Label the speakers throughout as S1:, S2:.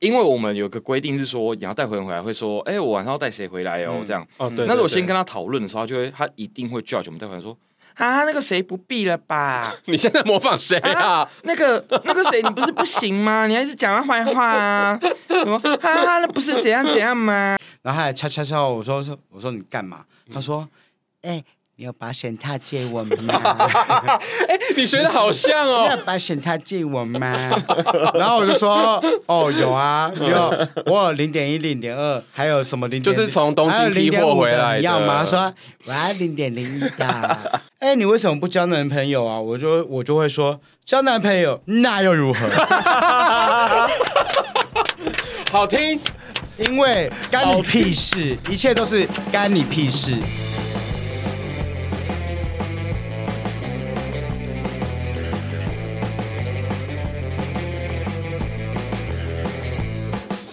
S1: 因为我们有个规定是说，你要带回人回来，会说，哎、我晚上要带谁回来哦，
S2: 嗯
S1: 这样。
S3: 哦，对，
S1: 那如果
S3: 对
S1: 先
S3: 对
S1: 跟他讨论的时候，他就会，他一定会 judge 我们带回来说，啊，那个谁不必了吧？
S3: 你现在模仿谁啊？
S1: 那个那个谁，你不是不行吗？你还是讲他坏话啊？什么？哈哈，那不是怎样怎样吗？
S2: 然后他还敲敲敲我说说我说你干嘛？
S3: 嗯
S2: 他说哎、你要把显踏借我 吗？
S3: 你学的好 像
S2: 你要
S3: 哦，
S2: 把显踏借我吗？然后我就说哦有啊有，我有零点一零点二，还有什么零
S3: 嗯就是从东京批货回来的
S2: 你要吗？他说我要零点零一的。 哎、你为什么不交男朋友啊？我就我就会说交男朋友那又如何？
S3: 好听。
S2: 因为干你屁事，一切都是干你屁事。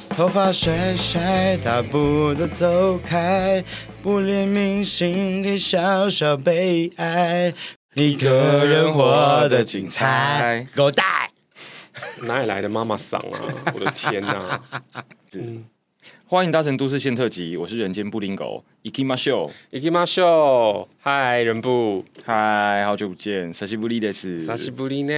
S2: 头发甩甩，大步的走开，不怜悯心底小小悲哀。一个人活得精彩，狗蛋。
S3: 哪里来的妈妈嗓啊！我的天哪、
S1: 欢迎搭乘都市线特辑，我是人间布丁狗 Ikima Show，
S3: i k i m a s h o 嗨，人部，
S1: 嗨，好久不见，久しぶりです。
S3: 沙西布利呢？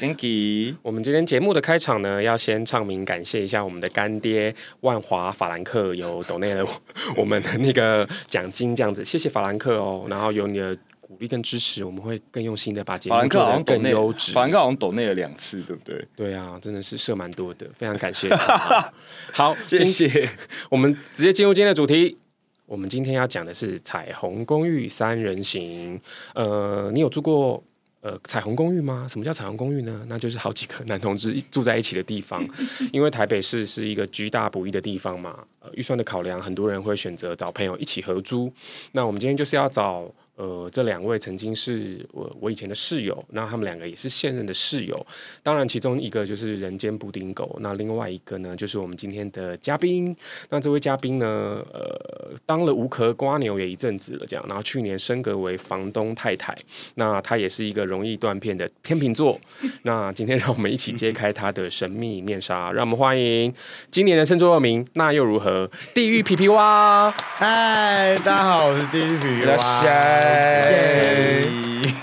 S1: Thank you。
S3: 我们今天节目的开场呢，要先唱名感谢一下我们的干爹万华法兰克，有抖内了 我我们的那个奖金，这样子，谢谢法兰克哦。然后有你的鼓励跟支持，我们会更用心的把节
S1: 法
S3: 目
S1: 兰克
S3: 做
S1: 好
S3: 得
S1: 像抖
S3: 更
S1: 内啊
S3: 优，质。
S1: 法兰克好像抖内了两次，对不对？
S3: 对啊，真的是射蛮多的，非常感 谢他。好，
S1: 谢
S3: 今
S1: 谢。
S3: 我们直接进入今天的主题。我们今天要讲的是《彩虹公寓三人行》。呃，你有住过呃彩虹公寓吗？什么叫彩虹公寓呢？那就是好几个男同志一住在一起的地方。 因为台北市是一个居大不易的地方嘛，呃，预算的考量，很多人会选择找朋友一起合租。那我们今天就是要找呃这两位曾经是我我以前的室友，那他们两个也是现任的室友。当然，其中一个就是人间布丁狗，那另外一个呢就是我们今天的嘉宾。那这位嘉宾呢，呃，当了无壳瓜牛也一阵子了，这样，然后去年升格为房东太太。那他也是一个容易断片的天秤座。那今天让我们一起揭开他的神秘面纱，让我们欢迎今年人生座右铭，那又如何？地狱皮皮蛙。
S2: 嗨，大家好，我是地狱皮
S1: いらっ
S2: 蛙
S1: しゃ
S2: 耶
S1: い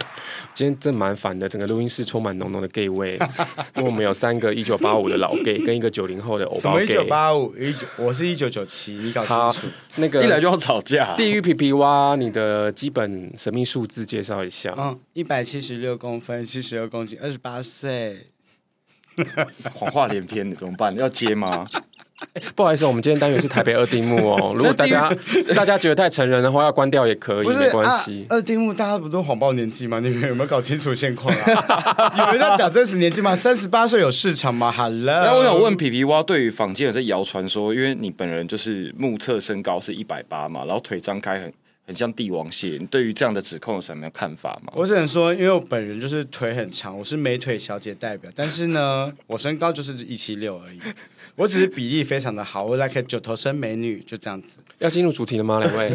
S3: 今天真蛮烦的，整个录音室充满浓浓的 gay 味，因为我们有三个一九八五的老 gay 跟一个九零后的欧
S2: 什
S3: 巴
S2: 么一
S3: gay
S2: 九。八五一九，我是一九九七，你搞
S3: 好
S2: 清楚。，
S3: 那个
S1: 一来就要吵架。
S3: 地狱皮皮蛙，你的基本神秘数字介绍一下。
S2: 嗯，一百七十六公分，七十二公斤，二十八岁。
S1: 谎话连篇，你怎么办？要接吗？
S3: 不好意思，我们今天单元是台北二丁目 哦。如果大家 大家觉得太成人的话，要关掉也可以，
S2: 不是
S3: 没关系
S2: 啊。二丁目大家不都谎报年纪吗？你们有没有搞清楚现况 啊？有人在讲真实年纪吗？三十八岁有市场吗 ？Hello，
S1: 那我想问皮皮蛙，对于坊间有在谣传说，因为你本人就是目测身高是一百八嘛，然后腿张开很很像帝王蟹，你对于这样的指控有什么样的看法吗？
S2: 我只能说，因为我本人就是腿很长，我是美腿小姐代表。但是呢， 我身高就是一七六而已，我只是比例非常的好，我 like a 九头身美女，就这样子。
S3: 要进入主题了吗，两位？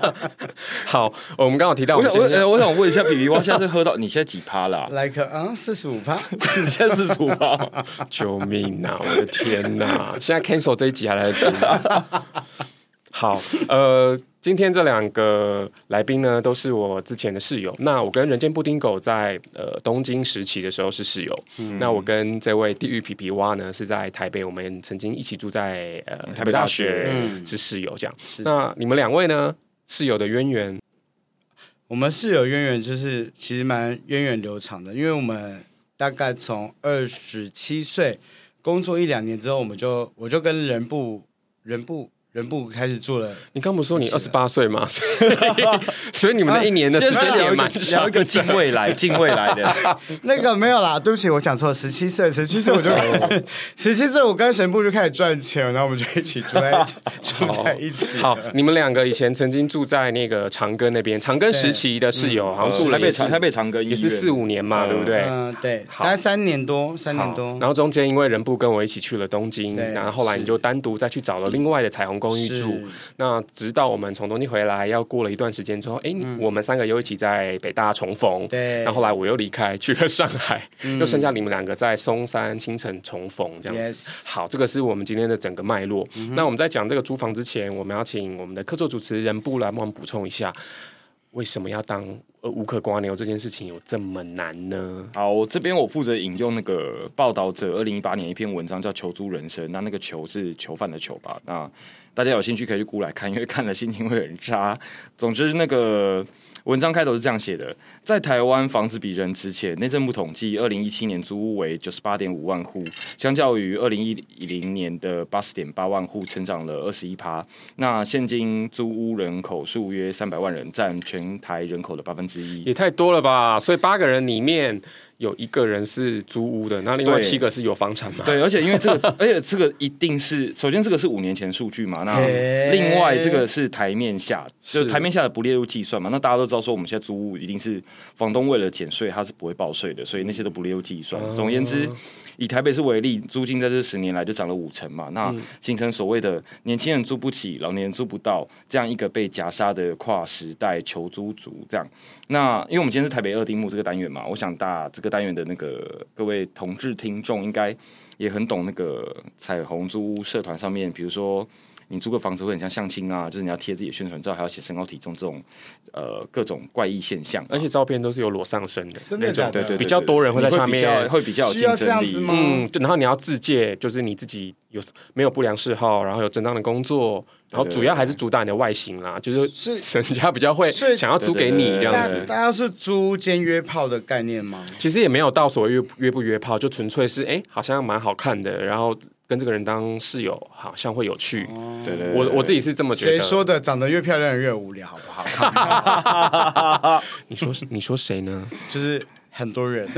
S3: 好，我们刚好提到我
S1: 我
S3: 们
S1: 想
S3: 今
S1: 我
S3: 天
S1: 呃，我想问一下皮皮蛙，现在是喝到 你现在几趴啦？
S2: like 啊，四十五趴，
S1: 你现在四十五趴 吗，
S3: 救命啊！我的天哪、 现在 cancel 这一集还来得及吗？ 好，呃，今天这两个来宾呢，都是我之前的室友。那我跟人间布丁狗在呃东京时期的时候是室友，那我跟这位地狱皮皮蛙呢是在台北，我们曾经一起住在呃台北大学
S2: 嗯
S3: 是室友这样。那你们两位呢，室友的渊源？
S2: 我们室友渊源就是其实蛮源远流长的，因为我们大概从二十七岁工作一两年之后，我们就我就跟人部人部人部开始做了，
S3: 你刚不是说啊你二十八岁吗？所以 所以你们的一年的时
S1: 先
S3: 间
S1: 聊
S3: 也
S1: 一
S3: 蛮
S1: 个
S3: 长
S1: 聊一个近未来，近未来 的。
S2: 那个没有啦，对不起，我讲错了，十七岁，十七岁我就 十七岁我跟神部就开始赚钱，然后我们就一起住 在住在一起。
S3: 好，你们两个以前曾经住在那个长庚那边，长庚时期的室友，好像住了
S1: 嗯哦台北
S3: 也是
S1: 长台北长庚医
S3: 也是
S1: 院
S3: 四五年嘛，对不对？
S2: 嗯，对，
S3: 好
S2: 大概三年多，三
S3: 好
S2: 年多
S3: 然。后中间因为人不跟我一起去了东京，
S2: 对
S3: 然后后来你就单独再去找了另外的彩虹公寓住
S2: 是。
S3: 那直到我们从东京回来，要过了一段时间之后，哎、你
S1: 嗯
S3: 我们三个又一起在北大重逢。
S2: 对，
S3: 然后后来我又离开去了上海，又剩下你们两个在松山清晨重逢这样子。
S2: Yes
S3: 好，这个是我们今天的整个脉络。那我们在讲这个租房之前，我们要请我们的客座主持人布兰帮我们补充一下，为什么要当呃无可瓜牛这件事情有这么难呢？
S1: 好，我这边我负责引用那个报道者二零一八年一篇文章叫《囚租人生》，那那个囚是囚犯的囚吧？那大家有兴趣可以去估来看，因为看了心情会很差。 总之，那个文章开头是这样写的：在台湾，房子比人值钱。内政部统计，二零一七年租屋为九十八点五万户，相较于二零一零年的八十点八万户，成长了二十一趴。那现今租屋人口数约三百万人，占全台人口的八分之一。
S3: 也太多了吧！所以八个人里面有一个人是租屋的，那另外
S1: 对
S3: 七个是有房产嘛？
S1: 对，而且因为这个， 而且这个一定是，首先这个是五年前数据嘛，那
S2: 嘿
S1: 另外这个是台面下，就是是台面下的不列入计算嘛。那大家都知道说，我们现在租屋一定是房东为了减税，他是不会报税的，所以那些都不列入计算
S3: 哦。
S1: 总而言之，以台北市为例，租金在这十年来就涨了五成嘛，那形成所谓的年轻人租不起，老年人租不到这样一个被夹杀的跨时代求租族这样。那因为我们今天是台北二丁目这个单元嘛，我想大这个单元的那个各位同志听众应该也很懂那个彩虹租屋社团上面，比如说你租个房子会很像相亲啊，就是你要贴自己的宣传照，还要写身高体重这种呃各种怪异现象啊、
S3: 而且照片都是有裸上身的，
S2: 真的
S3: 那种
S2: 假的
S1: 对对对
S3: 比较多人会在下面
S1: 你会比较会比较有
S2: 需要
S1: 竞
S2: 这样
S1: 争
S2: 子
S1: 力
S2: 吗。
S3: 嗯，对然后你要自介，就是你自己有没有不良嗜好，然后有正当的工作，然后
S1: 对对
S3: 主要还是主打你的外形啦，就是人家比较会
S2: 是
S3: 想要租给你
S1: 对对
S3: 这
S1: 对
S3: 样
S2: 大
S3: 子。
S2: 大家是租兼约炮的概念吗？
S3: 其实也没有到所谓约约不约炮，就纯粹是哎、诶好像蛮好看的，然后跟这个人当室友好像会有趣。
S1: 对对对
S3: 我我自
S1: 己
S3: 己是这么觉
S2: 谁
S3: 得。
S2: 说的？长得越漂亮越无聊，好不好？
S3: 你说你说谁呢？
S2: 就是很 多人，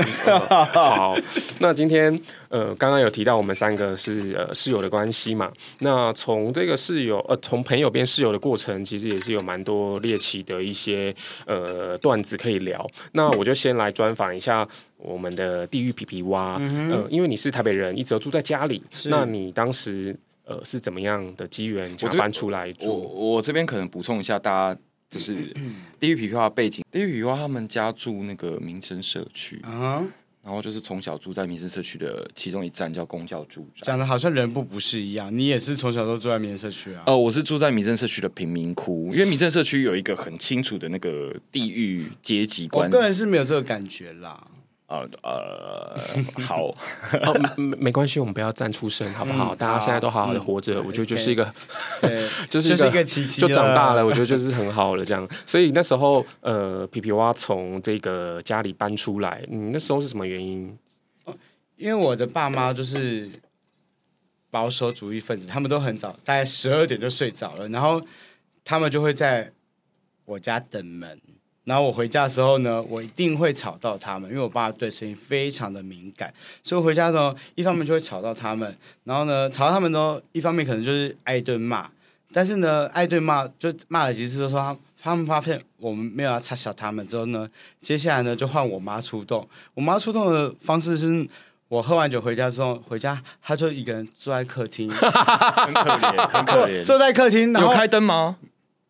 S3: 好，那今天呃，刚刚有提到我们三个是呃室友的关系嘛？那从这个室友呃，从朋友变室友的过程，其实也是有蛮多猎奇的一些呃段子可以聊。那我就先来专访一下我们的地狱皮皮蛙，嗯、呃，因为你是台北人，一直都住在家里，那你当时呃是怎么样的机缘想
S1: 这
S3: 要
S1: 个
S3: 搬出来
S1: 我
S3: 住？
S1: 我这边可能补充一下，大家就是 地狱皮皮蛙的背景，地狱皮皮蛙他们家住那个民生社区，
S2: 啊，
S1: 然后就是从小住在民生社区的其中一站叫公教住宅。
S2: 讲的好像人不不是一样。你也是从小都住在民生社区啊？
S3: 哦
S1: 呃，我是住在民政社区的贫民窟，因为民政社区有一个很清楚的那个地域阶级
S2: 我
S1: 观。
S2: 个人是没有这个感觉啦。
S1: 呃呃， 好，
S3: 哦，没没关系，我们不要站出声，好不
S1: 嗯
S3: 好？大家现在都好好的活着，我觉得就是一个
S2: 对，
S3: 就是
S2: 就是一个奇迹
S3: 就
S2: 了
S3: 长大了，我觉得就是很好了这样。所以那时候，呃，皮皮蛙从这个家里搬出来，你那时候是什么原因？
S2: 因为我的爸妈就是保守主义分子，他们都很早，大概十二点就睡着了，然后他们就会在我家等门。然后我回家的时候呢，我一定会吵到他们，因为我爸对声音非常的敏感，所以我回家呢，一方面就会吵到他们，然后呢，吵到他们呢，一方面可能就是挨一顿骂，但是呢，挨一顿骂就骂了几次，就说他他们发现我们没有要插小他们之后呢，接下来呢就换我妈出动，我妈出动的方式是我喝完酒回家之后，回家她就一个人坐在 客厅，
S1: 很可怜，很可
S2: 坐
S1: 怜。
S2: 坐在客厅，然
S1: 有
S2: 后
S1: 开灯吗？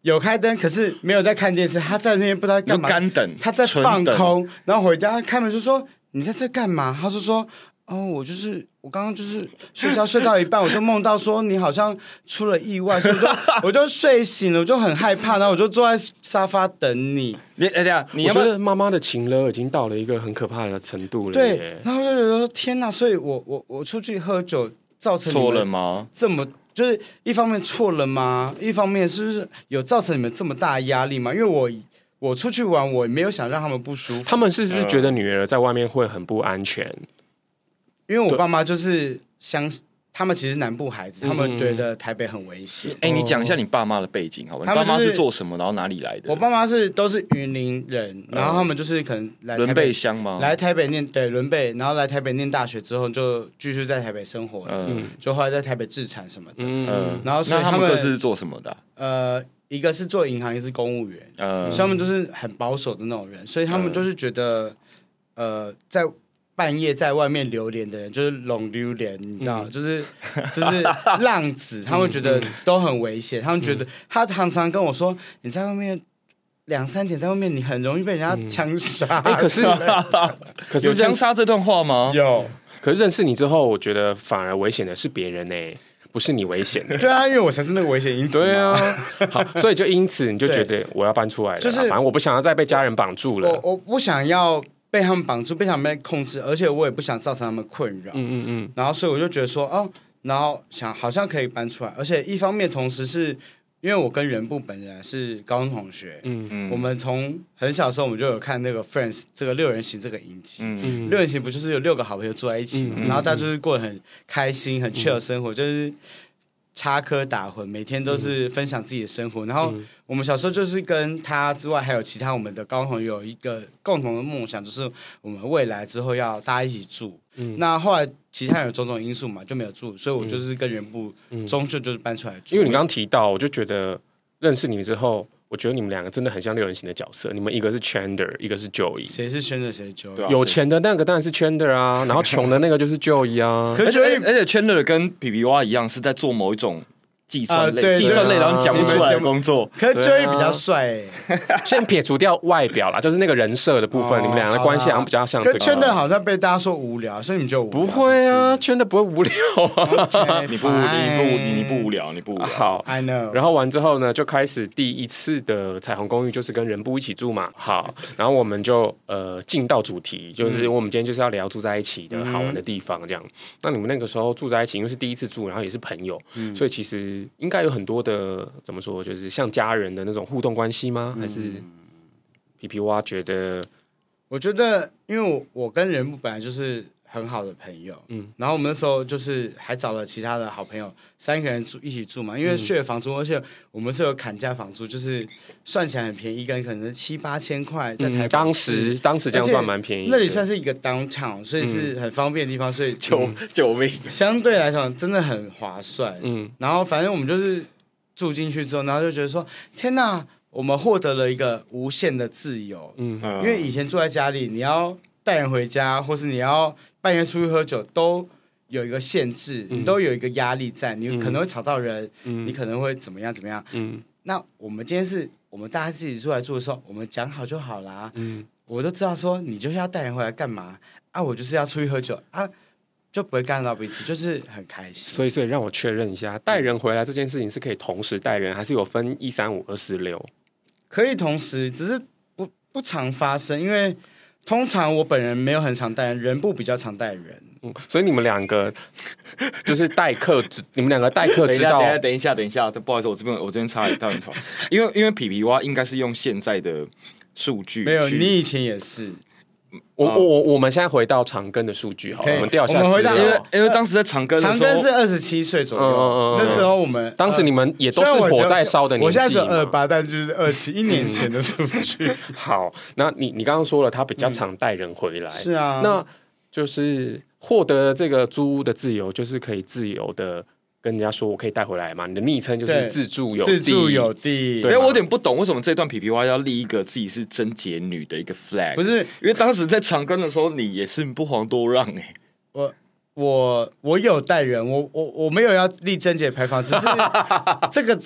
S2: 有开灯，可是没有在看电视，她在那边不知道
S1: 就
S2: 干嘛，
S1: 干等，
S2: 她在
S1: 纯
S2: 放
S1: 等。
S2: 空，然后回家开门就说你在这干嘛？她就说。哦，我就是我刚刚就是睡觉睡到一半，我就梦到说你好像出了 意外，所以我就我就睡醒了，我就很害怕，然后我就坐在沙发等你。
S1: 你哎呀，你
S3: 我
S1: 要不
S3: 觉
S1: 要？
S3: 得妈妈的情勒已经到了一个很可怕的程度了。
S2: 对，，然后就觉得说天哪，所以我我我出去喝酒造成你
S1: 错
S2: 们
S1: 了吗？
S2: 这么，就是一方面错了吗？一方面是不是有造成你们这么大的压力吗？因为我我出去玩，我也没有想让他们不舒服，
S3: 他们是不是觉得女儿在外面会很不安全？
S2: 因为我
S3: 对
S2: 爸妈就是相，他们其实南部孩子，他
S3: 嗯
S2: 们觉得台北很危险。
S1: 哎，你讲一下你爸妈的背景好吧？你
S2: 哦他
S1: 爸妈
S2: 们就是
S1: 是做什么？然后哪里来的？
S2: 我爸妈是都是云林人，然后他们就是可能来台
S1: 伦贝
S2: 北
S1: 乡吗？
S2: 来台北念对伦贝，然后来台北念大学之后就继续在台北生活，
S1: 嗯
S2: 就后来在台北自产什么的。
S3: 嗯
S1: 嗯，
S2: 然后所以
S1: 那他
S2: 他
S1: 们
S2: 们
S1: 各自是做什么的啊？
S2: 呃，一个是做银行，一个是公务员。
S1: 呃
S3: 嗯
S2: 所以，他们就是很保守的那种人，所以他们就是觉得，呃，在半夜在外面流连的人，就是龙榴莲，你
S3: 嗯
S2: 知道，就是就是浪子，他们觉得都很危险，他们
S3: 嗯
S2: 觉得他常常跟我说，你在外面两三点在外面，你很容易被人家枪杀。
S3: 嗯哎、可 是可是
S1: 有
S3: 这样
S1: 枪杀这段话吗？
S2: 有，
S3: 可是认识你之后，我觉得反而危险的是别人呢、不是你危 险的。
S2: 对啊，因为我才是那个危险因子。
S3: 对，啊，好，所以就因此你就觉得我要搬出来了啦，
S2: 就是
S3: 反正我不想要再被家人绑住
S2: 我
S3: 了。
S2: 我不想要被他们绑住，不想被控制，而且我也不想造成他们困扰。
S3: 嗯嗯嗯，
S2: 然后所以我就觉得说，哦，然后想好像可以搬出来，而且一方面同时是因为我跟人部本人是高中同学，嗯嗯，我们从很小的时候我们就有看那个 Friends 这个六人行这个影集。
S1: 嗯，
S2: 六人行不就是有六个好朋友住在一起嘛，
S3: 嗯
S2: 然后大家就是过得很开心、很 chill 的生活，就是插科打诨，每天都是分享自己的生
S3: 嗯
S2: 活。然后我们小时候就是跟他之外，还有其他我们的高中同学有一个共同的梦想，就是我们未来之后要大家一起住。
S3: 嗯
S2: 那后来其他人有种种因素嘛，就没有住，所以我就是跟人部终究就是搬出来住。
S3: 因为你刚刚提到，我就觉得认识你们之后，我觉得你们两个真的很像六人行的角色，你们一个是 Chandler，一个是 Joey。
S2: 谁是宣着谁就
S1: 对啊
S3: 有钱的那个当然是 Chandler 啊，然后穷的那个就是 Joey 啊。
S2: 可
S1: 而
S2: 是
S1: 且
S2: 觉
S1: 而
S2: 得
S1: 且而且 Chandler 跟比比蛙一样是在做某一种计算
S2: 啊对
S1: 类、计算类，
S3: 对啊
S1: 然后讲不出来的工作。
S2: 可是就
S3: 对
S2: 会
S3: 啊
S2: 比较帅、欸，
S3: 先撇除掉外表啦，就是那个人设的部分，
S2: 哦
S3: 你们俩的关系好像比较像这
S2: 可是圈的
S3: 个。
S2: 好像被大家说无聊，所以你们就
S3: 不会啊，圈的不会无聊 啊。
S1: 你不，你
S2: 哎
S1: 不，你你不无聊，你不无聊。
S3: 好，
S2: I know。
S3: 然后完之后呢，就开始第一次的彩虹公寓，就是跟人部一起住嘛。好，然后我们就呃进到主题，就是
S2: 嗯
S3: 我们今天就是要聊住在一起的好玩的地方这样。那你们那个时候住在一起，因为是第一次住，然后也是朋友，
S2: 嗯
S3: 所以其实应该有很多的怎么说，就是像家人的那种互动关系吗？还是
S2: 嗯
S3: 皮皮蛙觉得
S2: 我觉得，因为我我跟人木本来就是很好的朋友，嗯，然后我们那时候就是还找了其他的好朋友，三个人住一起住嘛，因
S1: 嗯
S2: 为血房租，而且我们是有砍价房租，就是算起来很便宜，一个人可能七八千块，在台北市、
S3: 嗯当时当时这样算蛮便宜的，
S2: 那里算是一个 downtown，所以是很方便的地方，所以
S1: 救救命！
S2: 相对来讲真的很划算。嗯，然后反正我们就是住进去之后，然后就觉得说，天哪，我们获得了一个无限的自由。嗯，因为以前住在家里，你要带人回家，或是你要半夜出去喝酒，都有一个限制，你都有一个压力在，你可能会吵到人，
S3: 嗯
S2: 你可能会怎么样怎么样。嗯，那我们今天是我们大家自己出来住的时候，我们讲好就好啦。嗯，我都知道说你就是要带人回来干嘛啊，我就是要出去喝酒啊。就不会干扰彼此，就是很开心。
S3: 所以，所以让我确认一下，带人回来这件事情是可以同时带人，还是有分一三五二四六？
S2: 可以同时，只是不不常发生，因为通常我本人没有很常带人，人不比较常带人。
S3: 嗯，所以你们两个 就是代课知，你们两个代课
S1: 等一
S3: 知
S1: 下，
S3: 道
S1: 等一下，等一下，等一下，不好意思，我这边我这边插一段头，因为因为皮皮蛙应该是用现在的数据去，
S2: 没有，你以前也是，
S3: 我我我我们现在回到长庚的数据好了，
S2: 可以
S3: 我们调一下
S2: 我们
S3: 资
S2: 回到
S1: 因为
S3: 料。
S1: 因为当时在长庚的
S2: 呃长
S1: 时候，
S2: 庚是二十七岁左右，
S3: 嗯嗯嗯嗯
S2: 那时候我们呃
S3: 当时你们也都是火在烧的年纪嘛，嗯
S2: 我现在只有二八，但就是二七，一年前的出 去。
S3: 好，那你你刚刚说了，他比较常带人回来，
S2: 嗯是啊，
S3: 哎那就是获得了这个租屋的自由，就是可以自由的跟人家说我可以带回来嘛。你的昵称就是
S2: 对
S3: 自助有
S2: 自助
S3: 地
S2: 有地，
S1: 因
S3: 对
S1: 为我有点不懂为什么这段皮皮蛙要立一个自己是贞洁女的一个 flag，
S2: 不是
S1: 因为当时在长庚的时候，你也是不遑多让哎、
S2: 我我我有带人，我我我没有要立贞洁牌坊，只 是这个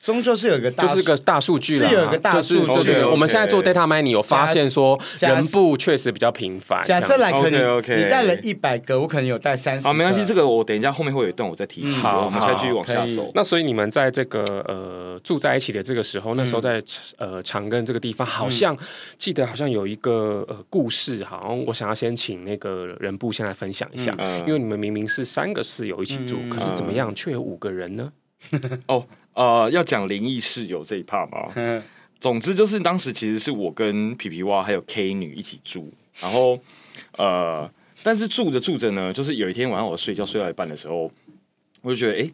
S2: 终究是有一个大
S3: 就，是个大数据啦，
S2: 是有一个大数据
S3: 就是对对对
S1: OK，OK
S3: 我们现在做 data mining 有发现说，
S2: 假
S3: 人部确实比较频繁。
S2: 假设
S3: 这样
S2: 来，可能
S1: OK，OK
S2: 你带了一百个，我可能有带三十。
S1: 啊，没关系，嗯这
S2: 个
S1: 个我等一下后面会有一段我再提起，
S3: 好
S1: 我们现在继续往下
S2: 好可以
S1: 走。
S3: 那所以你们在这个呃住在一起的这个时候，那
S1: 嗯
S3: 时候在、呃长庚这个地方，好像、记得好像有一个呃故事，好像我想要先请那个人部先来分享一下，
S1: 嗯
S3: 因为你们明明是三个室友一起住，可是怎么样却有五个人呢？
S1: 哦，呃，要讲灵异室友这一 part 吗？
S2: 嗯
S1: 总之就是当时其实是我跟皮皮蛙还有 K 女一起住，然后呃，但是住着住着呢，就是有一天晚上我睡觉睡到一半的时候，我就觉得诶，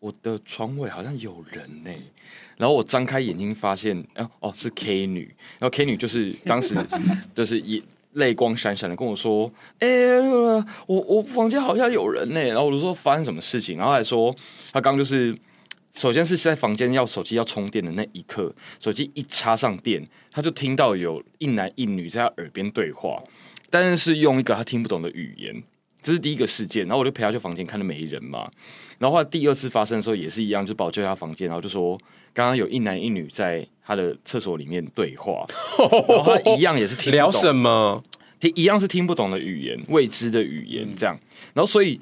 S1: 我的床尾好像有人呢、然后我张开眼睛发现，啊、哦是 K 女，然后 K 女就是当时 就是也泪光闪闪的跟我说，哎、我我房间好像有人呢、然后我就说发生什么事情，然后还说她刚就是。首先是在房间要手机要充电的那一刻，手机一插上电，他就听到有一男一女在他耳边对话，但是用一个他听不懂的语言，这是第一个事件。然后我就陪他去房间看，都没人嘛。然后后来第二次发生的时候也是一样，就保救他房间，然后就说刚刚有一男一女在他的厕所里面对话，然后他一样也是听不
S3: 聊
S1: 懂
S3: 什么？
S1: 嗯听一样是听不懂的语言，未知的语言
S2: 嗯
S1: 这样。然后所以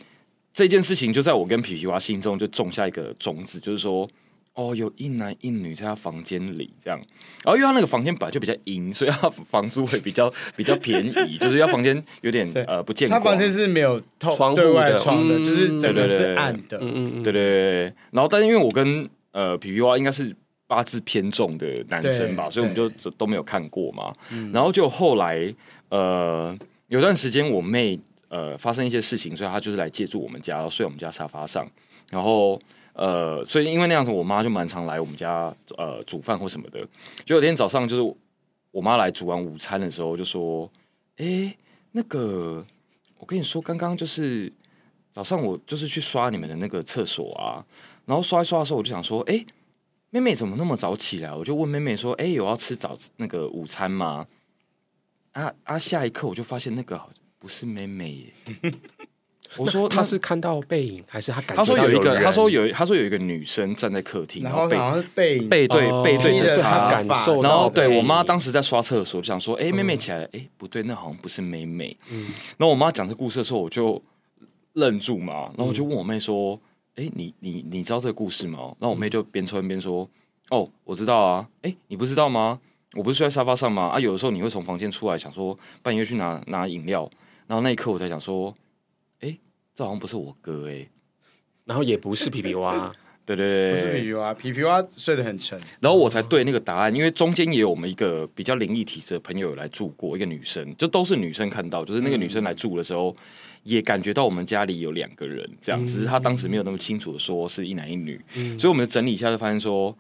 S1: 这件事情就在我跟皮皮蛙心中就种下一个种子，就是说。哦，有一男一女在他房间里这样，然后因为他那个房间本来就比较阴，所以他房租会比较比较便宜，就是他房间有点
S2: 对
S1: 呃不见
S2: 他
S1: 光。
S2: 房间是没有透
S3: 窗户的
S2: 对外窗的，
S3: 嗯
S2: 就是整
S1: 对
S2: 个
S1: 对
S2: 是
S1: 对
S2: 暗的。
S3: 嗯嗯嗯，
S1: 对对对对对。然后，但是因为我跟呃皮皮蛙应该是八字偏重的男生吧，
S2: 对
S1: 所以我们就都都没有看过嘛。嗯然后就后来呃有段时间我妹呃发生一些事情，所以她就是来借住我们家，然后睡我们家沙发上，然后。呃，所以因为那样子，我妈就蛮常来我们家呃煮饭或什么的。就有天早上，就是我妈来煮完午餐的时候，就说：“哎、那个，我跟你说，刚刚就是早上我就是去刷你们的那个厕所啊，然后刷一刷的时候，我就想说，哎、妹妹怎么那么早起来？我就问妹妹说，哎、有要吃早那个午餐吗？啊啊！下一刻我就发现那个好像不是妹妹耶，我说
S3: 他是看到背影，还是他感
S1: 他
S3: 觉
S1: 说
S3: 到
S1: 有一个，
S3: 人
S1: 他说有，他说有一个女生站在客厅，
S2: 然
S1: 然
S2: 后
S1: 后背
S2: 好像是背影，
S1: 背对、
S3: 哦
S1: 背对
S2: 披
S1: 着
S2: 着
S1: 她
S3: 他
S2: 长
S3: 感
S2: 发
S3: 受到背影，
S1: 然后对我妈当时在刷厕所，就想说，哎、妹妹起来了，哎、不对，那好像不是妹妹。嗯，然后我妈讲这故事的时候，我就愣住嘛，然后我就问我妹说，哎、你你你知道这个故事吗？然后我妹就边抽烟边说，哦，我知道啊，哎、你不知道吗？我不是睡在沙发上吗？啊，有的时候你会从房间出来，想说半夜去拿拿饮料，然后那一刻我才想说，哎、这好像不是我哥哎、
S3: 然后也不是皮皮蛙，
S1: 对对对，
S2: 不是皮皮蛙，皮皮蛙睡得很沉。
S1: 然后我才对那个答案，因为中间也有我们一个比较灵异体质的朋友有来住过，一个女生，就都是女生看到，就是那个女生来住的时候，也感觉到我们家里有两个人这样，只是她当时没有那么清楚的说是一男一女，所以我们整理一下就发现说，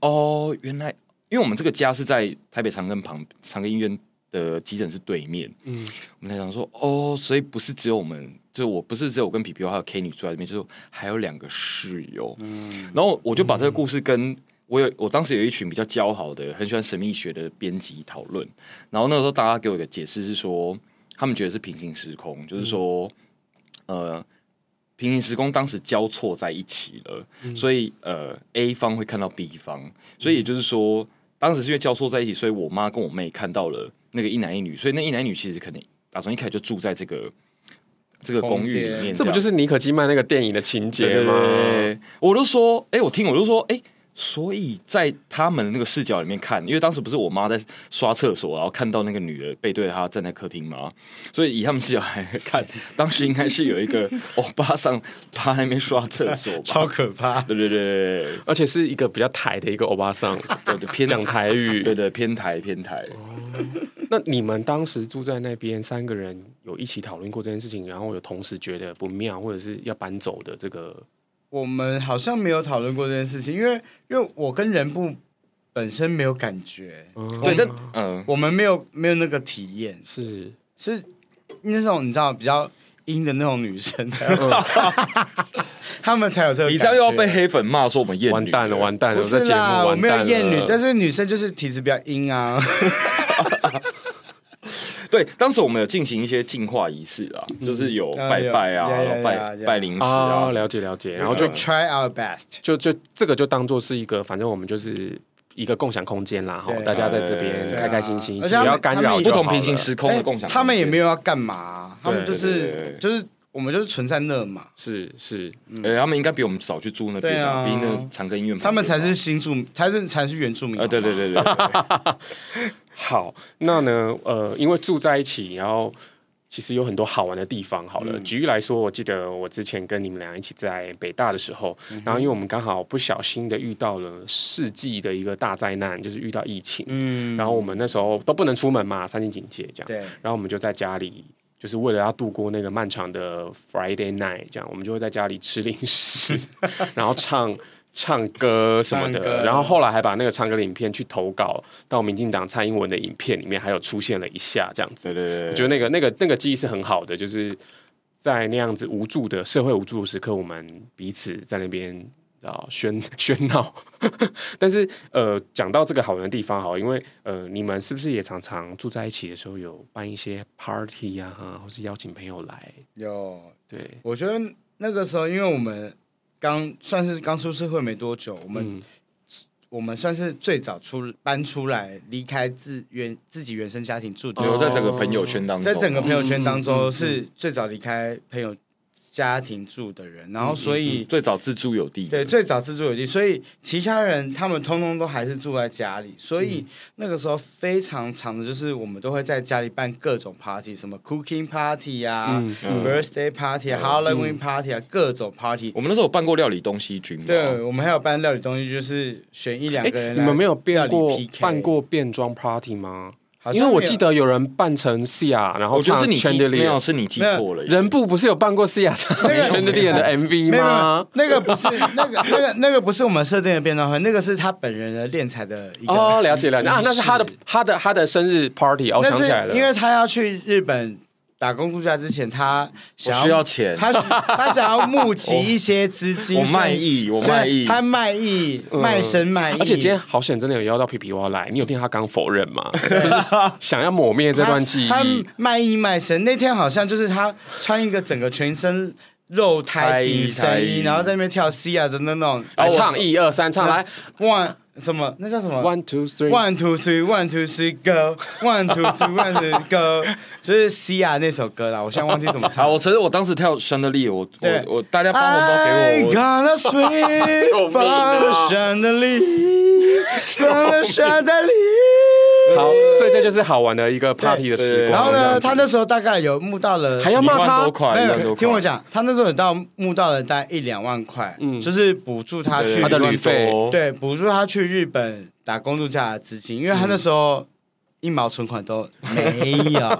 S1: 哦，原来因为我们这个家是在台北长庚旁长庚医院的急诊室对面，
S3: 嗯
S1: 我们在想说，哦，所以不是只有我们，就是我不是只有我跟皮皮还有 K 女住在这边，就是还有两个室友。然后我就把这个故事跟我有我当时有一群比较交好的、很喜欢神秘学的编辑讨论，然后那个时候大家给我一个解释是说，他们觉得是平行时空，就是说，呃。平行时空当时交错在一起了，
S3: 嗯
S1: 所以呃，A 方会看到 B 方，所以也就是说，当时是因为交错在一起，所以我妈跟我妹看到了那个一男一女，所以那一男一女其实可能打算一开始就住在这个这个公寓里面
S2: 空
S1: 样，
S2: 间
S3: 这不就是妮可基曼那个电影的情
S1: 对
S3: 节
S1: 对对
S3: 吗？
S1: 对对我就说，哎、我听我就说，哎、所以在他们那个视角里面看，因为当时不是我妈在刷厕所，然后看到那个女的背对她站在客厅嘛，所以以他们视角来看，当时应该是有一 个欧巴桑趴在那边刷厕所吧。
S2: 超可怕。
S1: 对对对对对
S3: 而且是一个比较台的一个欧巴 桑
S1: 对对，偏
S3: 讲台语。
S1: 对对偏台偏台，
S3: 那你们当时住在那边，三个人有一起讨论过这件事情，然后有同时觉得不妙，或者是要搬走的这个，
S2: 我们好像没有讨论过这件事情，因为因为我跟人部本身没有感觉，
S3: 嗯
S1: 对，但嗯，
S2: 我们没有没有那个体验，
S3: 是
S2: 是那种你知道比较阴的那种女生才有，他们才有这个。
S1: 你这样又要被。黑粉骂说我们厌女，
S3: 完蛋了，完蛋了，
S2: 啊不
S3: 这
S2: 是
S3: 节目
S2: 啦，我
S3: 完
S2: 没有
S3: 蛋了。
S2: 厌女，但是女生就是体质比较阴啊。
S1: 对，当时我们有进行一些净化仪式啊，就是有拜拜啊，
S2: 嗯呀
S1: 然
S2: 呀呀
S1: 后
S2: 呀
S1: 拜
S2: 呀
S1: 拜零食
S3: 啊，
S1: 啊，
S3: 了解了解，然
S2: 然
S3: 后
S2: 后
S3: 就
S2: 就 try our best，
S3: 就就这个就当做是一个，反正我们就是一个共享空间啦，哈，
S2: 对
S3: 大家在这边
S1: 对
S2: 啊
S3: 开开心心，
S2: 而
S3: 不
S2: 且他们
S3: 要干
S2: 他
S3: 扰
S2: 们也
S1: 哦不
S3: 就好了，
S1: 同平行时空的共享空间，
S2: 哎他们也没有要干嘛，他们
S3: 对
S2: 就是
S1: 对对对
S2: 就是我们就是存在那嘛，
S3: 是是，
S1: 哎，他们应该比我们早去住那边啊，
S2: 对
S1: 比
S2: 啊
S1: 那长庚医院
S2: 他
S1: 旁边
S2: 们
S1: 嘛，
S2: 才是新住，才是才是原住民
S1: 啊，对对对对，对
S3: 好，那呢，呃，因为住在一起，然后其实有很多好玩的地方。好了，举例来说，我记得我之前跟你们俩一起在北大的时候，然后因为我们刚好不小心的遇到了世纪的一个大灾难，就是遇到疫情，
S2: 嗯，
S3: 然后我们那时候都不能出门嘛，三级警戒这样，
S2: 对，
S3: 然后我们就在家里。就是为了要度过那个漫长的 Friday night，这样我们就会在家里吃零 食，然后唱唱歌什么
S2: 唱歌
S3: 的。然后后来还把那个唱歌的影片去投稿到民进党蔡英文的影片里面，还有出现了一下这样子。
S1: 对对对
S3: 我 觉
S1: 对，
S3: 得那个那个那个记忆是很好的，就是在那样子无助的社会无助的时刻，我们彼此在那边知道喧 喧闹。但是呃，讲到这个好玩的地方好，因为呃，你们是不是也常常住在一起的时候有办一些 party 啊，或是邀请朋友来？
S2: 有，
S3: 对，
S2: 我觉得那个时候，因为我们刚算是刚出社会没多久，我们、
S3: 嗯
S2: 我们算是最早出搬出来，离开自原自己原生家庭
S3: 哦
S2: 住的地
S1: 留
S2: 方，
S1: 在整个朋友圈当中，啊
S2: 在整个朋友圈
S3: 嗯
S2: 当
S3: 嗯嗯
S2: 中
S3: 嗯
S2: 是最早离开朋友家庭住的人，然后
S3: 嗯
S2: 所以。
S1: 最早自助有地，
S2: 对，最早自助有地，所以其他人他们通通都还是住在家里，所以
S3: 嗯
S2: 那个时候非常长的就是我们都会在家里办各种 party，什么 cooking party 啊、
S3: 嗯
S1: 嗯
S2: birthday party 啊、Halloween party 啊，各种 party。
S1: 我们那时候有办过料理东西军嘛，
S2: 对，我们还有办料理东西，就是选一两
S3: 哎、
S2: 个人来
S3: 嗯你们没有
S2: 料
S3: 变
S2: 理
S3: 过
S2: PK
S3: 办，过变装 party 吗？
S2: 好像
S3: 因为我
S2: 没有
S3: 记得有人扮成 C 亚，然后
S1: 我觉得
S3: 唱
S1: 是你记
S3: Chandelier
S1: 没有，是你记错了。
S3: 人部不是有办过 C 亚唱
S2: 那个
S3: Chandelier 的
S2: 没有
S3: MV
S2: 没有
S3: 吗？
S2: 那个不是那个那个那个不是我们设定的变装会，那个是他本人的练才的一个
S3: 哦，了解了解啊，那是他的
S2: 仪式
S3: 他的他的生日 party，哦，我
S2: 但
S3: 想
S2: 是
S3: 起来了，
S2: 因为他要去日本打工度假之前，他想
S1: 我需要钱
S2: 他他想要募集一些资金，
S1: 我卖
S2: 所以
S1: 艺，我
S2: 所以
S1: 卖艺，
S2: 他卖艺，
S3: 嗯
S2: 卖身卖艺，
S3: 而且今天好险真的有邀到皮皮蛙来，你有听他刚否认 吗？就是想要抹灭这段记
S2: 他
S3: 忆。
S2: 卖艺卖身。那天好像就是他穿一个整个全身肉胎紧
S1: 胎
S2: 身
S1: 衣
S2: 衣，然后在那边跳 C 啊，等等那种，
S3: 来唱一二三，唱来
S2: 哇什么那叫什么
S3: one two three，
S2: One two three, one two three, go. One two three, one two three, go. 就是 C 啊那首歌啦，我现在忘记怎么
S1: 好，
S2: 唱了。
S1: 啊我承认我当时跳 Chandelier，我
S2: 对哎
S1: 我我大家发红包给我
S2: I
S1: 我。
S2: gonna swing
S3: 救命
S2: from
S3: 啊
S2: the chandelier, from the chandelier。
S3: 好，所以这就是好玩的一个 party 的时
S1: 对
S3: 光。
S2: 然后
S3: 这样
S2: 呢，
S3: 子
S2: 他那时候大概有募到了，
S3: 还要骂
S1: 一万
S3: 他
S1: 多块，一万
S2: 没
S1: 多
S2: 有
S1: 块
S2: 哎听我，讲，他那时候有到募到了大概一两万块，
S3: 嗯
S2: 就是补助他
S1: 对
S2: 去
S3: 他的旅费
S1: 哦
S2: 对补助他去日本打工度假的资金，因为他那时候一毛存款都没 有，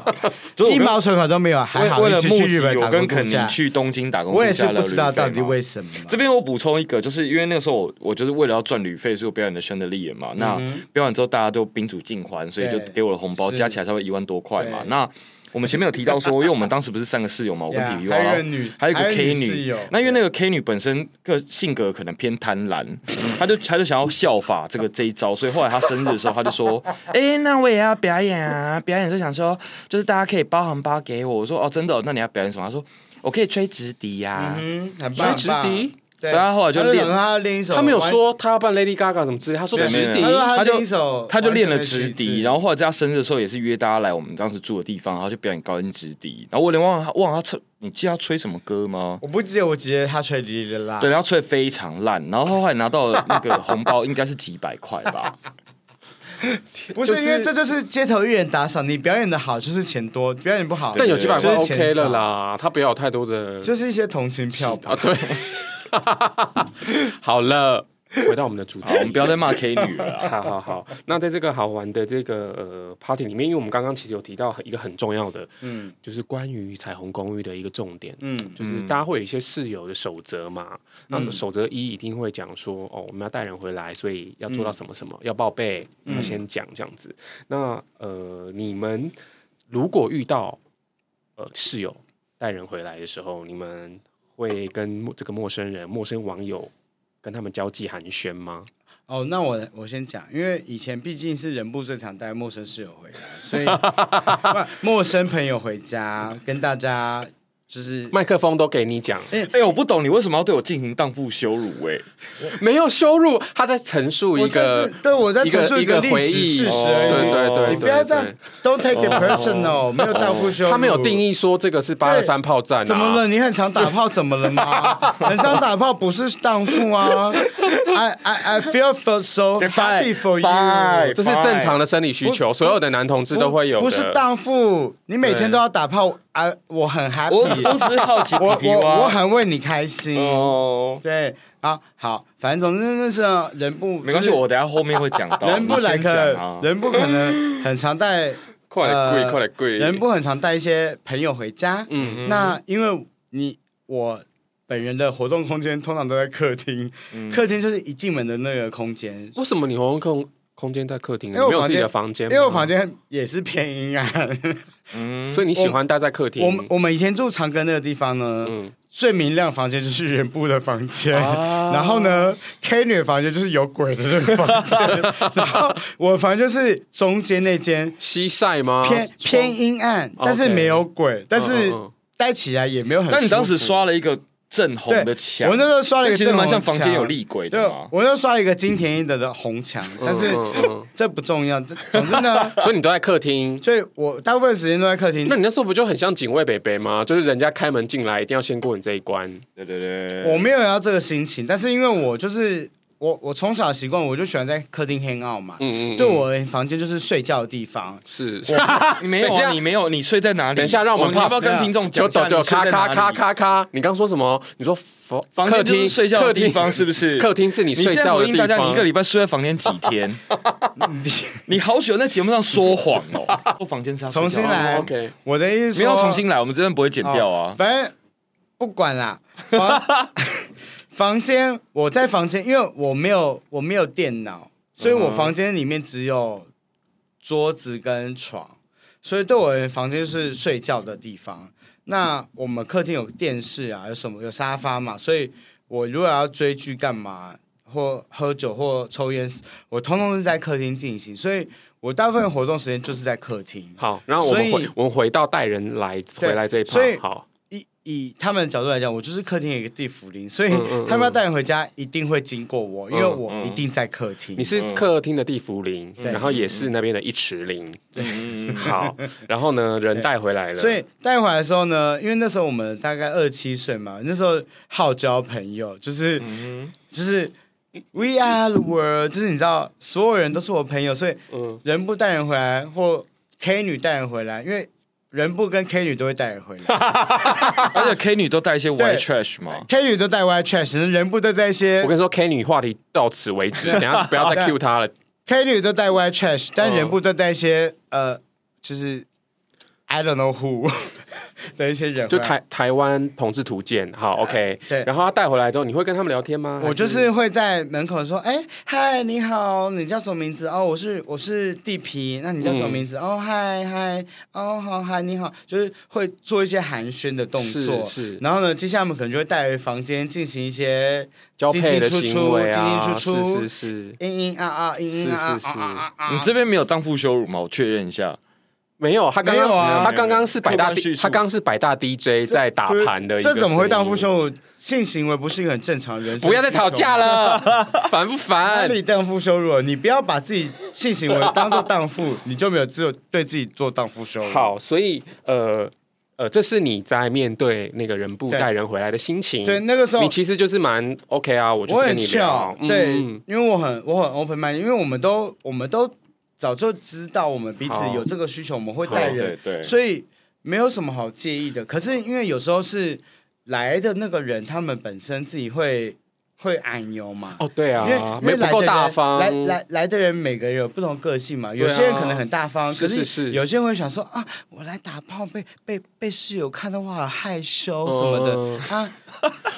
S1: 就是我
S2: 一
S1: 跟
S2: 毛存款都没有，还好
S1: 为
S2: 一
S1: 了
S2: 起
S1: 目
S2: 去
S1: 的，
S2: 日本
S1: 我
S2: 打
S1: 跟
S2: 工
S1: 肯
S2: 度
S1: 尼
S2: 假，
S1: 去东京打工，
S2: 我也是不知道到底为什么。
S1: 这边我补充一个，就是因为那个时候我我就是为了要赚旅费，所以我表演的生的力嘛。那表演之后大家都宾主尽欢，所以就
S2: 嗯对
S1: 给我的红包
S2: 是
S1: 加起来差不多一万多块嘛。
S2: 对
S1: 那我们前面有提到 说，因为我们当时不是三个室友嘛，我跟
S2: Yeah，
S1: 皮皮蛙，
S2: 还有一个女
S1: 还有一个
S2: 还有
S1: K
S2: 一个女室
S1: 女
S2: 友。
S1: 那因为那个 K 女本身个性格可能偏贪婪，
S2: 嗯
S1: 她就她就想要效法这个这一招，所以后来她生日的时候，她就 说：“哎、那我也要表演啊！”表演就想说，就是大家可以包红包给我。我说：“哦，真的哦、那你要表演什么？”她说：“我可以吹直笛啊呀、
S2: 嗯哼，很
S3: 所以
S2: 棒，
S3: 直
S2: 很棒
S3: 笛，
S2: 对，
S1: 然后后来就
S2: 他就
S1: 练
S2: 想说他要练一首，
S3: 他没有，说他要办 Lady Gaga 什么之类，他说
S1: 对
S3: 直
S1: 没
S3: 笛
S1: 有
S2: 他
S1: 没有他
S2: 说他
S1: 就
S2: 练一首，
S1: 他就练了直笛，然
S2: 后
S1: 后后来在他生日的时候也是约大家来我们当时住的地方，然后就表演高音直笛。然后我有点忘了他忘了他吹，你记得他吹什么歌吗？
S2: 我不记得我直接他吹哩哩啦啦，
S1: 对，然后吹得非常烂，然后后来拿到了那个红包应该是几百块吧。
S2: 不是、
S3: 就是
S2: 因为这就是街头艺人打赏，你表演的好就是钱多，表演不好
S3: 但有几百块
S2: 就是钱
S3: OK
S2: 少
S3: 了，啦，他不要有太多的。
S2: 就是一些同情票吧。
S3: 啊，对， 好了，回到我们的主题
S1: 好，，我们不要再骂 K 女了啦。
S3: 好好好，那在这个好玩的这个呃 party 里面，因为我们刚刚其实有提到一个很重要的，
S2: 嗯
S3: 就是关于彩虹公寓的一个重点，
S2: 嗯，
S3: 就是大家会有一些室友的守则嘛。那守则一一定会讲说，哦，我们要带人回来，所以要
S2: 嗯
S3: 做到什么什么，要报备，要先讲这样子。那呃，你们如果遇到呃室友带人回来的时候，你们会跟陌这个陌生人、陌生网友跟他们交际寒暄吗？
S2: 哦，那我我先讲，因为以前毕竟是人不最常带陌生室友回来，所以 不陌生朋友回家跟大家就是
S3: 麦克风都给你讲，
S1: 哎、我不懂你为什么要对我进行荡妇羞辱哎、
S3: 没有羞辱，他在陈述一
S2: 我
S3: 个
S2: 甚至对我在
S3: 一个
S2: 陈述
S3: 一
S2: 个
S3: 个
S2: 历
S3: 回
S2: 史
S3: 忆，
S2: 事实
S1: 哦
S2: 而
S3: 对
S2: 已。
S3: 对对，
S2: 你不要这样
S3: 对。哦
S2: ，Don't take it personal，没有荡妇羞辱。
S3: 他没有定义说这个是八二三炮战、啊，
S2: 怎么了？你很常打炮，怎么了 吗？很常打炮不是荡妇啊！I I I feel for so happy for you。
S3: 这是正常的生理需求，所有的男同志都会有的。
S2: 不是荡妇，你每天
S3: 对
S2: 都要打炮啊！我很
S1: 我我
S2: happy，
S1: 只是好奇皮
S2: 我
S1: 皮蛙
S2: 我我很为你开心。
S1: 哦，
S2: 对啊，好，反正总之那时候人不
S1: 没关系，
S2: 就是
S1: 我等一下后面会讲到。
S2: 人不
S1: 你
S2: 来
S1: 先
S2: 可
S1: 讲啊，
S2: 人不可能很常带
S3: 快点跪，
S2: 呃
S3: 快点跪，
S2: 人不很常带一些朋友回家。
S3: 嗯，
S2: 那因为你我本人的活动空间通常都在客厅，
S1: 嗯
S2: 客厅就是一进门的那个空间，
S3: 为什么你活动空空间在客厅？你
S2: 因为我
S3: 没有
S2: 房
S3: 自己的
S2: 间
S3: 房间
S2: 因
S3: 吗，
S2: 为我房间也是偏阴暗。啊
S1: 嗯，
S3: 所以你喜欢待在客厅。
S2: 我们我们以前住长庚那个地方呢，
S3: 嗯，
S2: 最明亮房间就是人部的房间，
S3: 啊
S2: 然后呢，K 女的房间就是有鬼的那个 房间，然后我房间就是中间那间
S3: 西晒吗？
S1: 啊
S2: 偏偏
S3: 窗，
S2: 阴暗，但是
S3: OK
S2: 没有鬼，但是
S3: 嗯嗯
S2: 待起来也没有很舒服。
S1: 但你当时刷了一个正红的墙，
S2: 对我那时候刷了一个
S1: 这其实蛮像
S2: 正
S1: 房
S2: 红的墙
S1: 间有厉鬼
S2: 对
S1: 的嘛，。
S2: 我又刷了一个金田一的的红墙，
S3: 嗯
S2: 但是
S3: 嗯嗯
S2: 这不重要。总之 呢，
S3: 所以你都在客厅。
S2: 所以我大部分时间都在客厅
S3: 那。你那时候不就很像警卫北北吗？就是人家开门进来，一定要先过你这一关。
S1: 对对对，
S2: 我没有要这个心情，但是因为我就是我，我从小习惯，我就喜欢在客厅 hang out 嘛。
S3: 嗯嗯，
S2: 对我的房间就是睡觉的地方。
S3: 是。
S1: 你没有
S3: 等一
S1: 啊，
S3: 下
S1: 你没有，你睡在哪里？
S3: 等一下让我们
S1: 我你要不要
S3: pass
S1: 跟听众讲
S3: 就
S1: 一下
S3: 抖抖
S1: 你睡
S3: 咔
S1: 在
S3: 咔
S1: 哪
S3: 咔
S1: 里
S3: 咔咔，你刚说什么？你说房
S1: 房
S3: 客
S1: 间就是
S3: 厅
S1: 睡觉
S3: 客
S1: 的地
S3: 厅
S1: 方是不是？
S3: 客厅是你
S1: 你现
S3: 睡
S1: 在
S3: 觉的
S1: 回应
S3: 地
S1: 大
S3: 方。
S1: 家，你一个礼拜睡在房间几天？ 你好喜欢在节目上说谎 哦！说房间是要睡觉的
S2: 重新来
S3: 哦，OK
S2: 我的意思
S1: 没
S2: 说
S1: 有重新来，我们真的不会剪掉啊。
S2: 哦反正不管啦，房房间我在房间，因为我没有我没有电脑，所以我房间里面只有桌子跟床，所以对我而言房间是睡觉的地方。那我们客厅有电视啊，有什么有沙发嘛，所以我如果要追剧干嘛，或喝酒或抽烟，我通通是在客厅进行，所以我大部分活动时间就是在客厅。
S3: 好，然后我们
S2: 所
S3: 回
S2: 以
S3: 我们回到带人来
S2: 对
S3: 回来这一趴
S2: 所以。
S3: 好，
S2: 以以他们的角度来讲，我就是客厅的一个地府灵，所以
S3: 嗯嗯
S2: 他们要带人回家，一定会经过我，因为我一定在客厅。
S3: 你是客厅的地茯苓，
S2: 对
S3: 然后也是那边的一池灵。
S1: 嗯嗯嗯
S3: 好， 然后呢，人带回来了，
S2: 所以带回来的时候呢，因为那时候我们大概二七岁嘛，那时候好交朋友，就是、
S1: 嗯
S2: 就是 We are the world，就是你知道，所有人都是我朋友，所以
S3: 嗯，
S2: 人不带人回来，或 K 女带人回来，因为人不跟 K 女都会带人 回来
S1: 而且 K 女都带一些 white
S2: 对
S1: trash 嘛，
S2: ，K 女都带 Y trash，人不都带一些
S3: 我跟你说，K 女话题到此为止，等一下不要 再 Q 她了。
S2: K 女都带 white trash，但
S3: 嗯
S2: 人部都带一些、呃，就是 I don't know who 的一些人。
S3: 就，台台湾同志图鉴，好，OK。
S2: 对
S3: 然后她带回来之后，你会跟他们聊天吗？
S2: 我
S3: 还
S2: 就是会在门口说：“哎、嗨，你好，你叫什么名字？哦，我是我是地皮，那你叫什么名字？
S3: 嗯
S2: 哦，嗨嗨，哦好嗨，你好，就是会做一些寒暄的动作。
S3: 是是
S2: 然后呢，接下来我们可能就会带回房间进行一些
S3: 交配的
S2: 进进出
S3: 行为啊，
S2: 出进进出出
S3: 是是是，
S2: 嘤嘤啊啊，嘤
S3: 是
S2: 嘤啊啊
S3: 是是
S2: 啊啊啊啊
S1: 你这边没有荡妇羞辱吗？我确认一下，
S3: 没有，他刚刚、
S2: 没有啊
S3: 他刚刚是百
S1: 客
S3: 大
S1: 观
S3: D，
S1: 叙述
S3: 他刚刚是百大 DJ 在打盘的一个
S2: 这怎么会荡妇
S3: 声音？
S2: 羞辱？性行为不是一个很正常的人生？
S3: 不要再吵架。了，烦不
S2: 哪
S3: 烦？
S2: 里荡妇羞辱了？你不要把自己性行 为当做荡妇，你就没有只有对自己做荡妇羞辱。，
S3: 好，所以呃呃，这是你在面对那个人不
S2: 对
S3: 带人回来的心情。
S2: 对，那个时候
S3: 你其实就是蛮 OK 啊，我就
S2: 我
S3: 是跟
S2: 很
S3: 你
S2: 翘
S3: 聊，，嗯
S2: 对
S3: 嗯，
S2: 因为我很我很 open mind，因为我们都我们都早就知道我们彼此
S3: 好
S2: 有这个需求，我们会
S3: 好
S2: 带
S1: 对
S2: 人，
S1: 对，
S2: 所以没有什么好介意的。可是因为有时候是来的那个人，他们本身自己会会暗忧嘛。
S3: 哦，对
S2: 因为
S3: 啊，
S2: 因为
S3: 没不
S2: 来的
S3: 够
S2: 人
S3: 大方，
S2: 来来来的人每个人有不同个性嘛，有
S3: 对啊
S2: 些人可能很大方，
S3: 是
S2: 可
S3: 是是
S2: 有些人会想说啊，我来打炮被被被室友看到我好害羞什么的、
S3: 嗯
S2: 啊，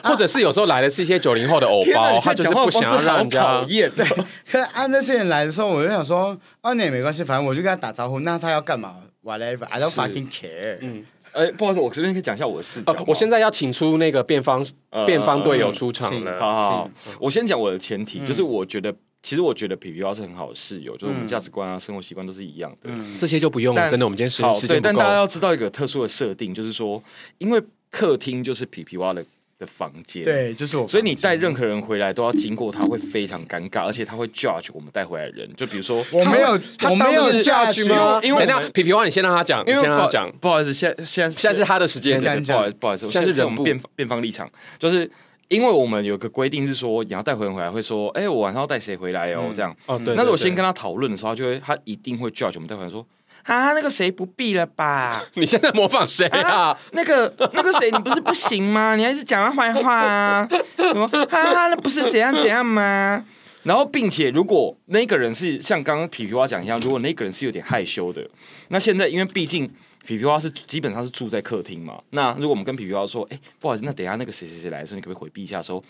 S3: 或者是有时候来的是一些九零后的偶
S1: 天哪，
S3: 包，
S1: 你
S3: 他
S1: 现在
S3: 就是
S1: 讲话
S3: 不
S1: 的
S3: 想
S1: 方式
S3: 要让
S1: 好
S3: 人家
S1: 讨。 厌哦。
S2: 可按那些人来的时候，我就想说啊，那也没关系，反正我就跟他打招呼，那他要干嘛？Whatever，I don't
S3: 是
S2: fucking care。嗯，
S1: 哎，不好意思，我这边可以讲一下我的视角
S3: 哦
S1: 吗。，
S3: 我现在要请出那个辩方辩方队友
S1: 嗯
S3: 出场
S2: 请
S3: 了。
S1: 好好嗯好，
S3: 嗯
S1: 我先讲我的前提，就是我觉得，其实我觉得皮皮蛙是很好的室友，就是我们价值观啊、生活习惯都是一样的。
S3: 这些就不用了，
S1: 但
S3: 真的，我们今天时
S1: 好，
S3: 时
S1: 对，
S3: 间
S1: 但
S3: 不
S1: 大
S3: 够。
S1: 家要知道一个特殊的设定，就是说，因为客厅就是皮皮蛙的的房间，，
S2: 对，就是我房间，
S1: 所以你带任何人回来都要经过他，会非常尴尬，而且他会 judge 我们带回来的人，就比如说。
S2: 我没有
S3: 他
S2: 我
S3: 当
S2: 没有
S3: 时是
S2: 价值
S3: 去吗？
S1: 因为
S3: 等一
S1: 我
S3: 下
S1: 们
S3: 皮皮蛙，你先让他讲，你
S1: 因为
S3: 先让
S1: 不
S3: 他
S1: 好
S3: 讲。
S1: 不好意思，现在现在
S3: 现在是他的时间，
S2: 这样
S1: 不好意思，不好意思，
S3: 现在是
S1: 是我
S3: 忍
S1: 们
S3: 步
S1: 辩方辩方立场，就是因为我们有个规定是说，你要带回人回来会说，哎、我晚上要带谁回来哦，这样。
S3: 哦，对。
S1: 那如果
S3: 对
S1: 先跟，他讨论的时候，他就会他一定会 judge 我们带回来说，啊，那个谁不必了吧？
S3: 对你现在模仿谁啊？
S1: 那个那个谁，你不是不行吗？你还是讲他坏话啊？什么哈哈，那不是怎样怎样吗？然后，并且如果那个人是像刚刚皮皮蛙讲一样，如果那个人是有点害羞的，那现在因为毕竟皮皮花是基本上是住在客厅嘛。那如果我们跟皮皮花说，哎、不好意思，那等一下那个谁谁谁来的时候，你可不可以回避一下？的时候，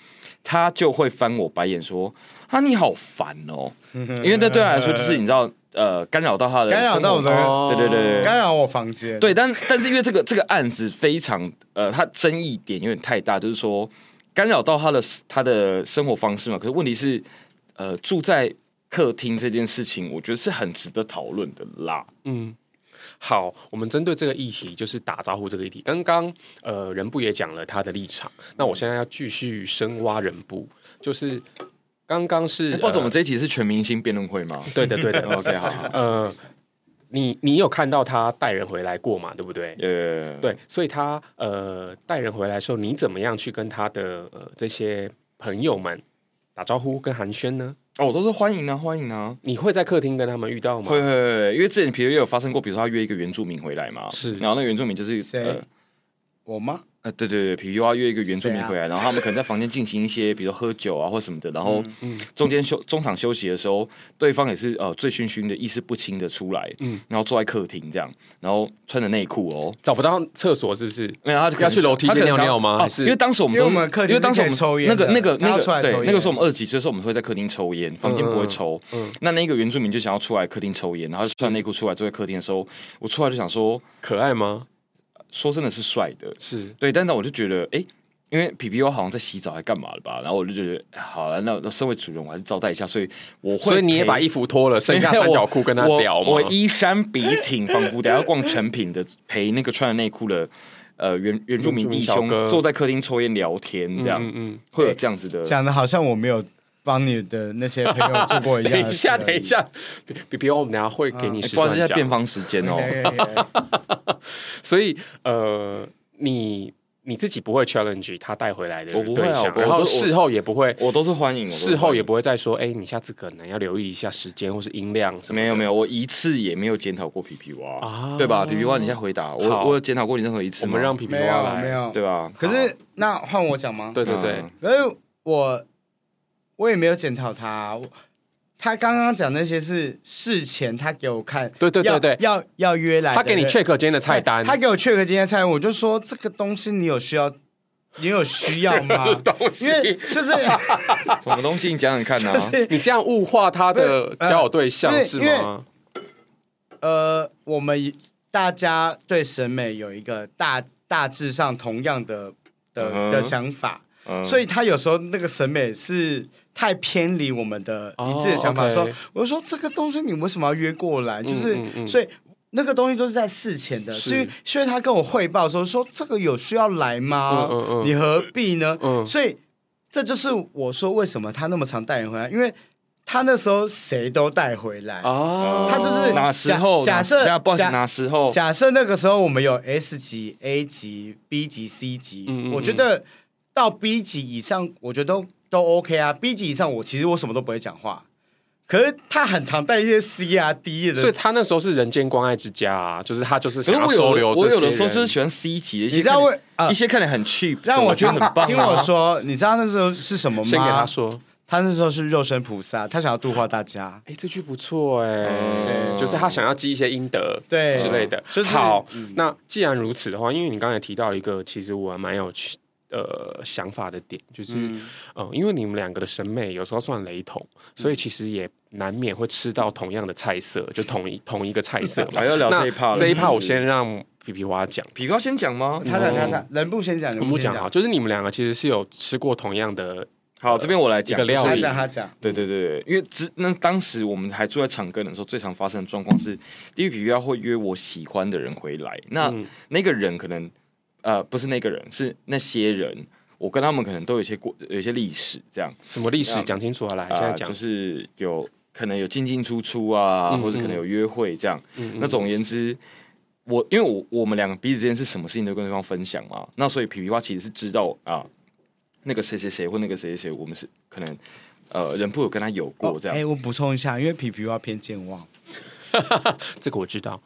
S1: 他就会翻我白眼说，啊，你好烦哦，因为那对他来说就是你知道，呃，干扰到他的
S2: 干扰到我
S1: 生活
S2: 的，
S3: 哦
S1: 对对对对
S2: 干扰我房间。
S1: 对，但但是因为这个这个案子非常呃，它争议点有点太大，就是说干扰到他的他的生活方式嘛。可是问题是，呃，住在客厅这件事情，我觉得是很值得讨论的啦。
S3: 嗯，好，我们针对这个议题，就是打招呼这个议题。刚刚呃，人部也讲了他的立场，那我现在要继续深挖人部，就是刚刚是、
S1: 哎不知道我们这一集是全明星辩论会吗
S3: 呃对的对的，
S1: ？OK，好好，
S3: 呃，你你有看到他带人回来过嘛？对不对？
S1: 呃，，
S3: 对，所以他呃带人回来的时候，你怎么样去跟他的呃这些朋友们打招呼跟寒暄呢？
S1: 哦，都是欢迎啊，欢迎啊。
S3: 你会在客厅跟他们遇到吗？
S1: 会会会，因为之前皮皮也有发生过，比如说他约一个原住民回来嘛，
S3: 是
S1: 然后那个原住民就是
S2: 谁
S1: 呃
S2: 我吗？
S1: 呃，对对对，皮皮蛙约一个原住民
S2: 谁啊
S1: 回来，然后他们可能在房间进行一些，比如喝酒啊或什么的，然后
S3: 嗯
S1: 中间休中场休息的时候，对方也是呃醉醺醺的，意识不清的出来，
S3: 嗯
S1: 然后坐在客厅这样，然后穿着内裤哦，
S3: 找不到厕所是不是？
S1: 没有他就可能
S3: 要去楼梯
S1: 他可能
S3: 尿
S1: 想
S3: 尿吗
S1: 哦
S3: 还是
S1: 因为当时我们
S2: 因为
S1: 都
S2: 我们客
S1: 因
S2: 厅
S1: 为当时我
S2: 是可以
S1: 们
S2: 抽烟
S1: 那
S2: 的
S1: 个那个
S2: 他
S1: 那
S2: 要出来
S1: 个对
S2: 抽烟
S1: 那个时候我们二级，所以说我们会在客厅抽烟，房间不会抽，
S3: 嗯嗯
S1: 那那个原住民就想要出来客厅抽烟，然后就穿内裤出来坐在客厅的时候，我出来就想说，
S3: 可爱吗？
S1: 说真的是帅的，
S3: 是，
S1: 对，但是我就觉得，哎、因为皮皮欧好像在洗澡还干嘛了吧？然后我就觉得，哎好了，那那身为主人，我还是招待一下，所以我会陪，
S3: 所以你也 把衣服脱了，剩下
S1: 没有
S3: 三
S1: 我
S3: 角裤跟他聊吗？
S1: 我我衣衫笔挺，仿佛等下要逛成品的，陪那个穿着内裤的呃原原住民弟
S3: 原住
S1: 兄
S3: 民小哥
S1: 坐在客厅抽烟聊天，这样、
S3: 嗯嗯
S1: 会有这样子的。
S2: 讲的好像我没有帮你的那些朋友做过一
S3: 嗯。
S2: 样的
S3: 等一
S2: 事
S3: 下，
S1: 啊
S2: 而已
S3: 等一，下，别别别，我们等一下会给你
S1: 哎
S3: 时
S1: 不好意
S3: 段
S1: 思，现在
S3: 讲
S1: 变方时间哦。
S2: OK，OK，OK
S3: 所以呃，你你自己不会 challenge 他带回来的
S1: 我不会啊
S3: 对象
S1: 我不
S3: 然
S1: 我
S3: 后
S1: 都
S3: 事后也不会，
S1: 我都是欢迎，我都是
S3: 事后也
S1: 欢
S3: 不会再说，哎、你下次可能要留意一下时间或是音量
S1: 迎
S3: 什么的。
S1: 没有没有，我一次也没有检讨过皮皮蛙，
S3: 啊
S1: 对吧？皮皮蛙，你现在回答
S3: 好
S1: 我，我有检讨过你任何一次
S3: 我
S1: 吗？
S3: 们让皮皮
S2: 没
S3: 蛙
S2: 有
S3: 来，
S2: 没，有
S1: 对。 吧？
S2: 可是那换我讲吗？
S3: 啊对对对，
S1: 嗯
S2: 可是我我也没有检讨他啊、我他刚刚讲那些是事前他给我看，
S3: 对对对
S2: 要
S3: 对
S2: 要要约来的，
S3: 他给你
S2: 对
S3: check 今天的菜单，
S2: 他给我 check 今天菜单，我就说这个东西你有需要，你有需 要吗？
S3: 东
S1: 啊
S2: 因为
S3: 西。
S2: 就是
S1: 什么东西？你讲讲看 啊！
S3: 你这样物化他的
S1: 呃
S2: 不是
S3: 交友对象
S2: 因为
S3: 是
S2: 因为
S3: 吗？
S2: 呃，我们大家对审美有一个大大致上同样的的、
S1: 嗯哼
S2: 的想法，
S1: 嗯
S2: 所以他有时候那个审美是太偏离我们的
S3: 哦
S2: 一致的想法的时候
S3: OK
S2: 我就说这个东西你为什么要约过来？就是、
S3: 嗯嗯
S2: 所以。那个东西都是在事前的，
S3: 是
S2: 所以所以他跟我汇报的时候说这个有需要来吗？
S3: 嗯嗯嗯
S2: 你何必呢？
S3: 嗯
S2: 所以这就是我说为什么他那么常带人回来，因为他那时候谁都带回来
S3: 啊，
S2: 他就是
S1: 哦哪时候？
S2: 假
S1: 哪时
S2: 假设
S1: 等下不好意思，
S2: 假
S1: 哪时
S3: 哦
S1: 候？
S2: 假设那个时候我们有 S 级、A 级、B 级、C 级，
S3: 嗯嗯嗯
S2: 我觉得到 B 级以上，我觉得都都 OK 啊。B 级以上，我其实我什么都不会讲话，可是他很常带一些 C 啊、D
S3: 所以
S2: 的。
S3: 他那时候是人间关爱之家啊，就是他就是
S1: 可是
S3: 想要
S1: 我
S3: 收留
S1: 有我
S3: 这
S1: 有
S3: 些
S1: 的时候就是
S3: 人
S1: 喜欢 C 级的，一些
S2: 你知道
S1: 看
S2: 为啊
S1: 一些看起来很 cheap，
S2: 让我
S1: 觉得
S2: 听
S1: 很棒啊。
S2: 听我说，你知道那时候是什么吗？
S3: 先给他说，
S2: 他那时候是肉身菩萨，他想要度化大家。
S3: 哎，这句不错哎，
S1: 嗯
S3: 就是他想要积一些阴德，
S2: 对
S3: 之类的。
S2: 就是
S3: 好，
S1: 嗯
S3: 那既然如此的话，因为你刚才提到一个，其实我还蛮有趣呃想法的点，就是嗯、呃因为你们两个的审美有时候算雷同，所以
S1: 嗯
S3: 其实也难免会吃到同样的菜色，就同一同一个菜色 嘛。
S1: 还要哎聊
S3: 那
S1: 这一趴了
S3: 这一
S1: 是
S3: 趴
S1: 不是
S3: 我先让皮皮蛙讲。
S1: 皮高先讲吗？
S2: 他他他他，人不先讲，人
S3: 哦我
S2: 不
S3: 们
S2: 先
S3: 讲好，就是你们两个其实是有吃过同样的，
S1: 好，这边我来
S3: 一个
S1: 讲
S3: 料
S2: 他
S1: 就
S3: 理
S1: 是
S2: 讲他讲，
S1: 对对对，对因为之那当时我们还住在长庚的时候，最常发生的状况是，第一皮皮蛙会约我喜欢的人回来，那
S3: 嗯
S1: 那个人可能呃不是那个人，是那些人。我跟他们可能都有一些过，有一些历史这样，
S3: 什么历史
S1: 啊
S3: 讲清楚啊，来
S1: 啊，
S3: 现在讲
S1: 就。是有可能有进进出出啊，
S3: 嗯
S1: 或者可能有约会这样。
S3: 嗯嗯
S1: 那总而言之，我因为我我们两个彼此之间是什么事情都跟对方分享嘛，那所以皮皮蛙其实是知道啊，那个谁谁谁或那个谁谁谁，我们是可能呃人不有跟他有过这样。
S2: 哎，我补充一下，因为皮皮蛙偏健忘，
S3: 这个我知道，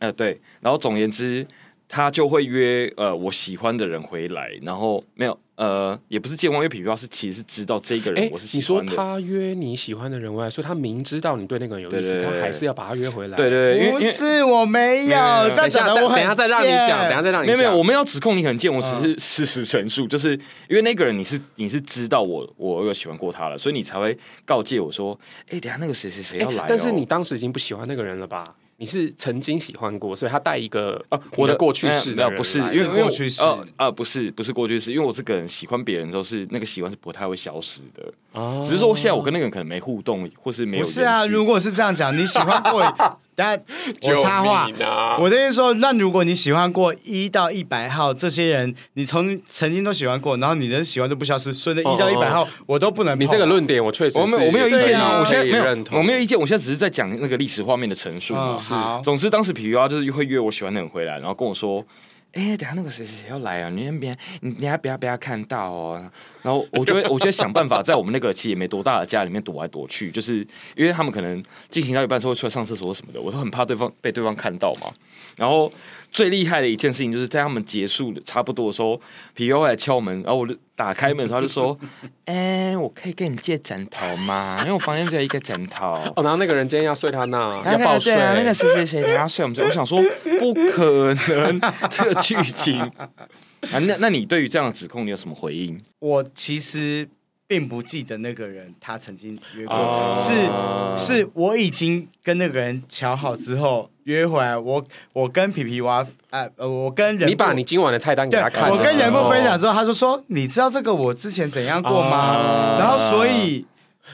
S1: 呃，对，然后总而言之，他就会约呃我喜欢的人回来，然后没有呃，也不是健忘，因为皮皮蛙是其实是知道这个人
S3: 哎
S1: 我是，
S3: 你
S1: 喜
S3: 说
S1: 欢的。
S3: 他约你喜欢的人外，所以他明知道你对那个人有意思，
S1: 对对对
S3: 他还是要把他约回来。
S1: 对对对，因
S2: 不
S1: 为因为
S2: 是，我没有，
S1: 没有没有
S3: 等
S2: 这样
S3: 一下，
S2: 讲的
S3: 等
S2: 我很
S3: 等一下再让你讲，
S2: 贱
S3: 等一下嗯再让你
S1: 没有没
S3: 讲。
S1: 有，我们要指控你很贱，我只是事实陈述，就是因为那个人你是你是知道我我有喜欢过他了，所以你才会告诫我说，哎、等一下那个谁谁谁要来、哦
S3: 哎但是你当时已经不喜欢那个人了吧？你是曾经喜欢过，所以他带一个
S1: 啊，
S3: 你
S1: 我
S3: 的过去
S1: 没有
S3: 式
S1: 没
S3: 的
S1: 有
S3: 人
S1: 不是，
S3: 来
S1: 因为
S2: 是
S1: 因为
S2: 过
S1: 我
S2: 去式
S1: 呃啊，不是不是过去式，因为我这个人喜欢别人之后是那个喜欢是不太会消失的，
S3: 哦
S1: 只是说现在我跟那个人可能没互动，或是没有
S2: 不是啊，
S1: 延续
S2: 如果是这样讲，你喜欢过， 但我插话
S3: 救命，啊
S2: 我的意思说，那如果你喜欢过一到一百号这些人，你从曾经都喜欢过，然后你的喜欢都不消失，所以那
S3: 哦
S2: 一到一百号我都不能碰。
S3: 你这个论点，我确实
S1: 我没有
S3: 是
S1: 我没有意见
S2: 啊
S1: 我现在
S3: 可以
S1: 没
S3: 认
S1: 有
S3: 同
S1: 我没有意见，我现在只是在讲那个历史画面的陈述嘛。
S2: 嗯好
S1: 总之当时皮皮蛙就是会约我喜欢的人回来，然后跟我说。哎、等一下那个谁谁谁要来啊！你先别，你等一下不要不要看到哦。然后我就会，我就会想办法在我们那个其实也没多大的家里面躲来躲去，就是因为他们可能进行到一半之后会出来上厕所什么的，我都很怕对方被对方看到嘛。然后最厉害的一件事情就是在他们结束的差不多的时候，皮皮蛙会来敲门，然后我就打开门的时候，他就说：“哎、我可以跟你借枕头 吗？因为我房间只有一个枕头。”
S3: 哦，然后那个人今天要睡他那，
S1: 然
S3: 要
S1: 后那
S3: 报
S1: 个
S3: 税
S1: 对，啊，那个谁谁谁等下睡我们睡，我想 说不可能这个剧情啊，那那你对于这样的指控你有什么回应？
S2: 我其实并不记得那个人他曾经约过，
S1: 哦
S2: 是是我已经跟那个人瞧好之后约回来，我我跟皮皮蛙，呃呃，我跟人
S3: 你把
S2: 不
S3: 你今晚的菜单给
S2: 对
S3: 他看。
S2: 我跟人不分享
S3: 哦，
S2: 之后，他就说：“你知道这个我之前怎样过吗？”
S1: 哦
S2: 然后所以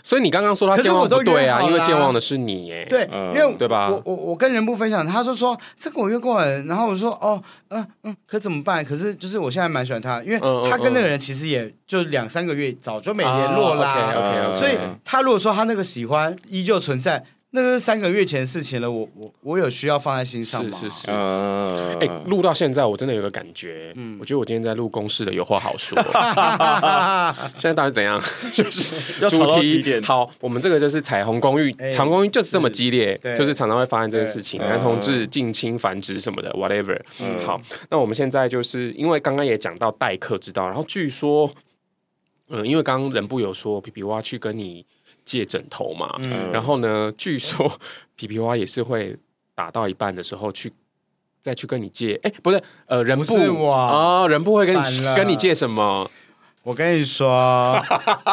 S3: 所以你刚刚说他
S2: 可是
S3: 健忘
S2: 我都
S3: 不对
S2: 约好
S3: 啊，
S2: 了啊
S3: 因为健忘的是你耶。
S2: 对，
S1: 嗯
S2: 因为
S3: 对吧
S2: 我我我跟人不分享，他就说这个我约过人，然后我说：“哦，嗯嗯，可怎么办？可是就是我现在蛮喜欢他，因为
S3: 嗯嗯
S2: 他跟那个人其实也就两三个月，早就没联络啦。
S3: OK，OK，OK
S2: 所以他如果说他那个喜欢依旧存在，那是三个月前的事情了。我我我有需要放在心上
S3: 是
S2: 吗？
S3: 是是。
S1: 呃，
S3: 哎，录到现在我真的有个感觉，我觉得我今天在录公式的有话好说。现在到底 怎样？就是
S1: 要
S3: 主
S1: 吵到
S3: 题
S1: 几点
S3: 好，我们这个就是彩虹公寓，
S2: 哎
S3: 彩虹公寓就是这么激烈，
S2: 对
S3: 就是常常会发生这件事情，
S1: 对
S3: 男同志近亲繁殖什么的，whatever
S1: 嗯。
S3: 好，那我们现在就是因为刚刚也讲到代课之道，然后据说，嗯，因为刚刚人部有说皮皮蛙去跟你借枕头嘛，
S1: 嗯
S3: 然后呢，据说 皮皮蛙也是会打到一半的时候去。再去跟你借，哎、不是，呃，人
S2: 不
S3: 部
S2: 是我
S3: 哦，人部会跟
S2: 反
S3: 你
S2: 了
S3: 跟你借什么？
S2: 我跟 你说，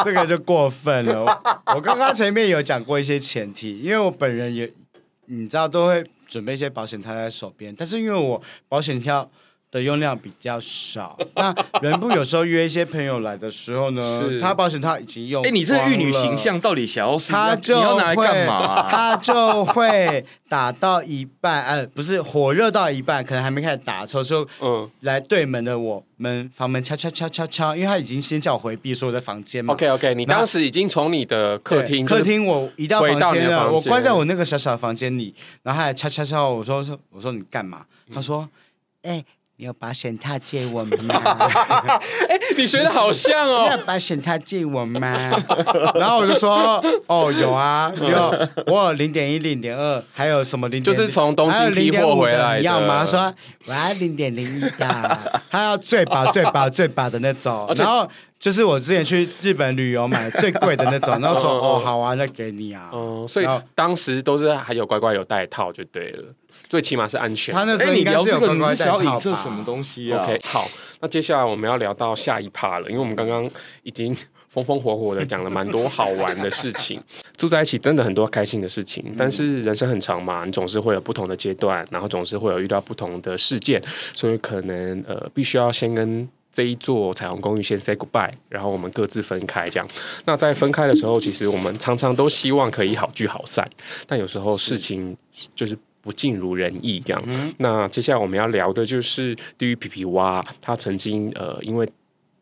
S2: 这个就过分了。我我刚刚前面有讲过一些前提，因为我本人也，你知道都会准备一些保险套在手边，但是因为我保险套的用量比 较少，那人不有时候约一些朋友来的时候呢
S3: 是，
S2: 他保险套已经用
S1: 哎、
S2: 光了，
S1: 你这个玉女形象到底想要是
S2: 他就
S1: 你要拿来
S2: 会，
S1: 干嘛啊、
S2: 他就会打到一半，呃，不是火热到一半，可能还没开始打的时候，就
S3: 嗯
S2: 来对门的我们房门敲敲敲敲敲，因为他已经先叫我回避，说我在房间嘛。
S3: OK OK，你
S2: 嗯那
S3: 当时已经从你的客
S2: 对
S3: 厅
S2: 客，厅，我移到
S3: 回到
S2: 房
S3: 你
S2: 间
S3: 的
S2: 了，
S3: 房
S2: 我
S3: 间
S2: 关在我那个小小的房间里，然后他还敲敲敲，我说说，我说你干嘛？他说，哎、你有保险套借我吗？
S3: 就是哎你学的好像
S2: 你有
S3: 哦。
S2: 保险套借我吗？ 然后我就说，哦，有啊，有，我有零点一、零点二，还有什么零
S3: 就是从东
S2: 还有
S3: 京
S2: 零
S3: 批
S2: 点
S3: 货
S2: 五
S3: 回来
S2: 的，
S3: 的
S2: 你要吗？他说我要零点零一 的，他要最薄、最薄、最薄的那种
S3: 而。且
S2: 然后就是我之前去日本旅游买最贵的那种，然后说
S3: 嗯嗯
S2: 哦，好啊，那给你啊。
S3: 哦，所以
S2: 然后
S3: 当时都是还有乖乖有带套就对了，最起码是安全的。
S2: 他 那时
S1: 哎、
S2: 候
S1: 你
S2: 应该
S1: 聊
S2: 是
S1: 这
S2: 有
S1: 个
S2: 乖
S1: 你
S2: 乖
S1: 是
S2: 带
S1: 想要
S2: 套
S1: 影射
S2: 吧
S1: 什么东西啊
S3: OK，好，那接下来我们要聊到下一趴了，因为我们刚刚已经风风火火的讲了蛮多好玩的事情， 住在一起真的很多开心的事情，但是人生很长嘛，你总是会有不同的阶段，然后总是会有遇到不同的事件，所以可能呃，必须要先跟。这一座彩虹公寓先 say goodbye，然后我们各自分开，这样。那在分开的时候，其实我们常常都希望可以好聚好散，但有时候事情就是不尽如人意这样。那接下来我们要聊的就是地狱皮皮蛙，他曾经呃因为。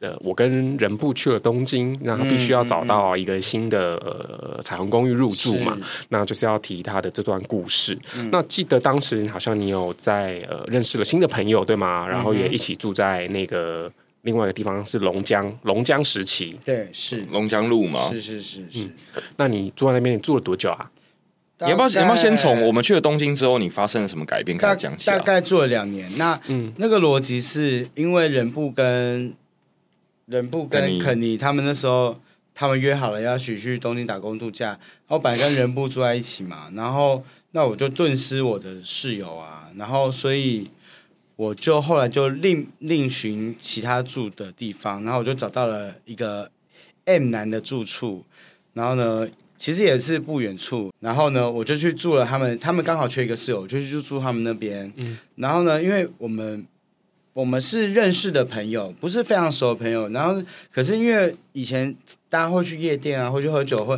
S3: 呃，我跟人部去了东京，那他必须要找到一个新的、呃彩虹公寓入住嘛，那嗯就是嗯要提他的这段故事。那记得当时好像你有在呃认识了新的朋友对吗？然后也一起住在那个另外一个地方是龙江，龙江时期。
S2: 对，是
S1: 龙江路吗？
S2: 是是是是。
S3: 那你住在那边你住了多久啊？
S1: 你要嗯不要你
S2: 大概
S1: 要不要先从我们去了东京之后，你发生了什么改变开
S2: 大
S1: 始讲起
S2: 大
S1: 啊？
S2: 概住了两年。那、那个逻辑是因为人部跟人部
S1: 肯
S2: 跟
S1: 尼
S2: 肯尼他们那时候，他们约好了要一起去东京打工度假，然后本来跟人部住在一起嘛，然后那我就顿失我的室友啊，然后所以我就后来就另另寻其他住的地方，然后我就找到了一个 M 男的住处，然后呢。其实也是不远处，然后呢，我就去住了他们，他们刚好缺一个室友，我就去住他们那边。嗯，然后呢，因为我们我们是认识的朋友，不是非常熟的朋友。然后，可是因为以前大家会去夜店啊，会去喝酒，会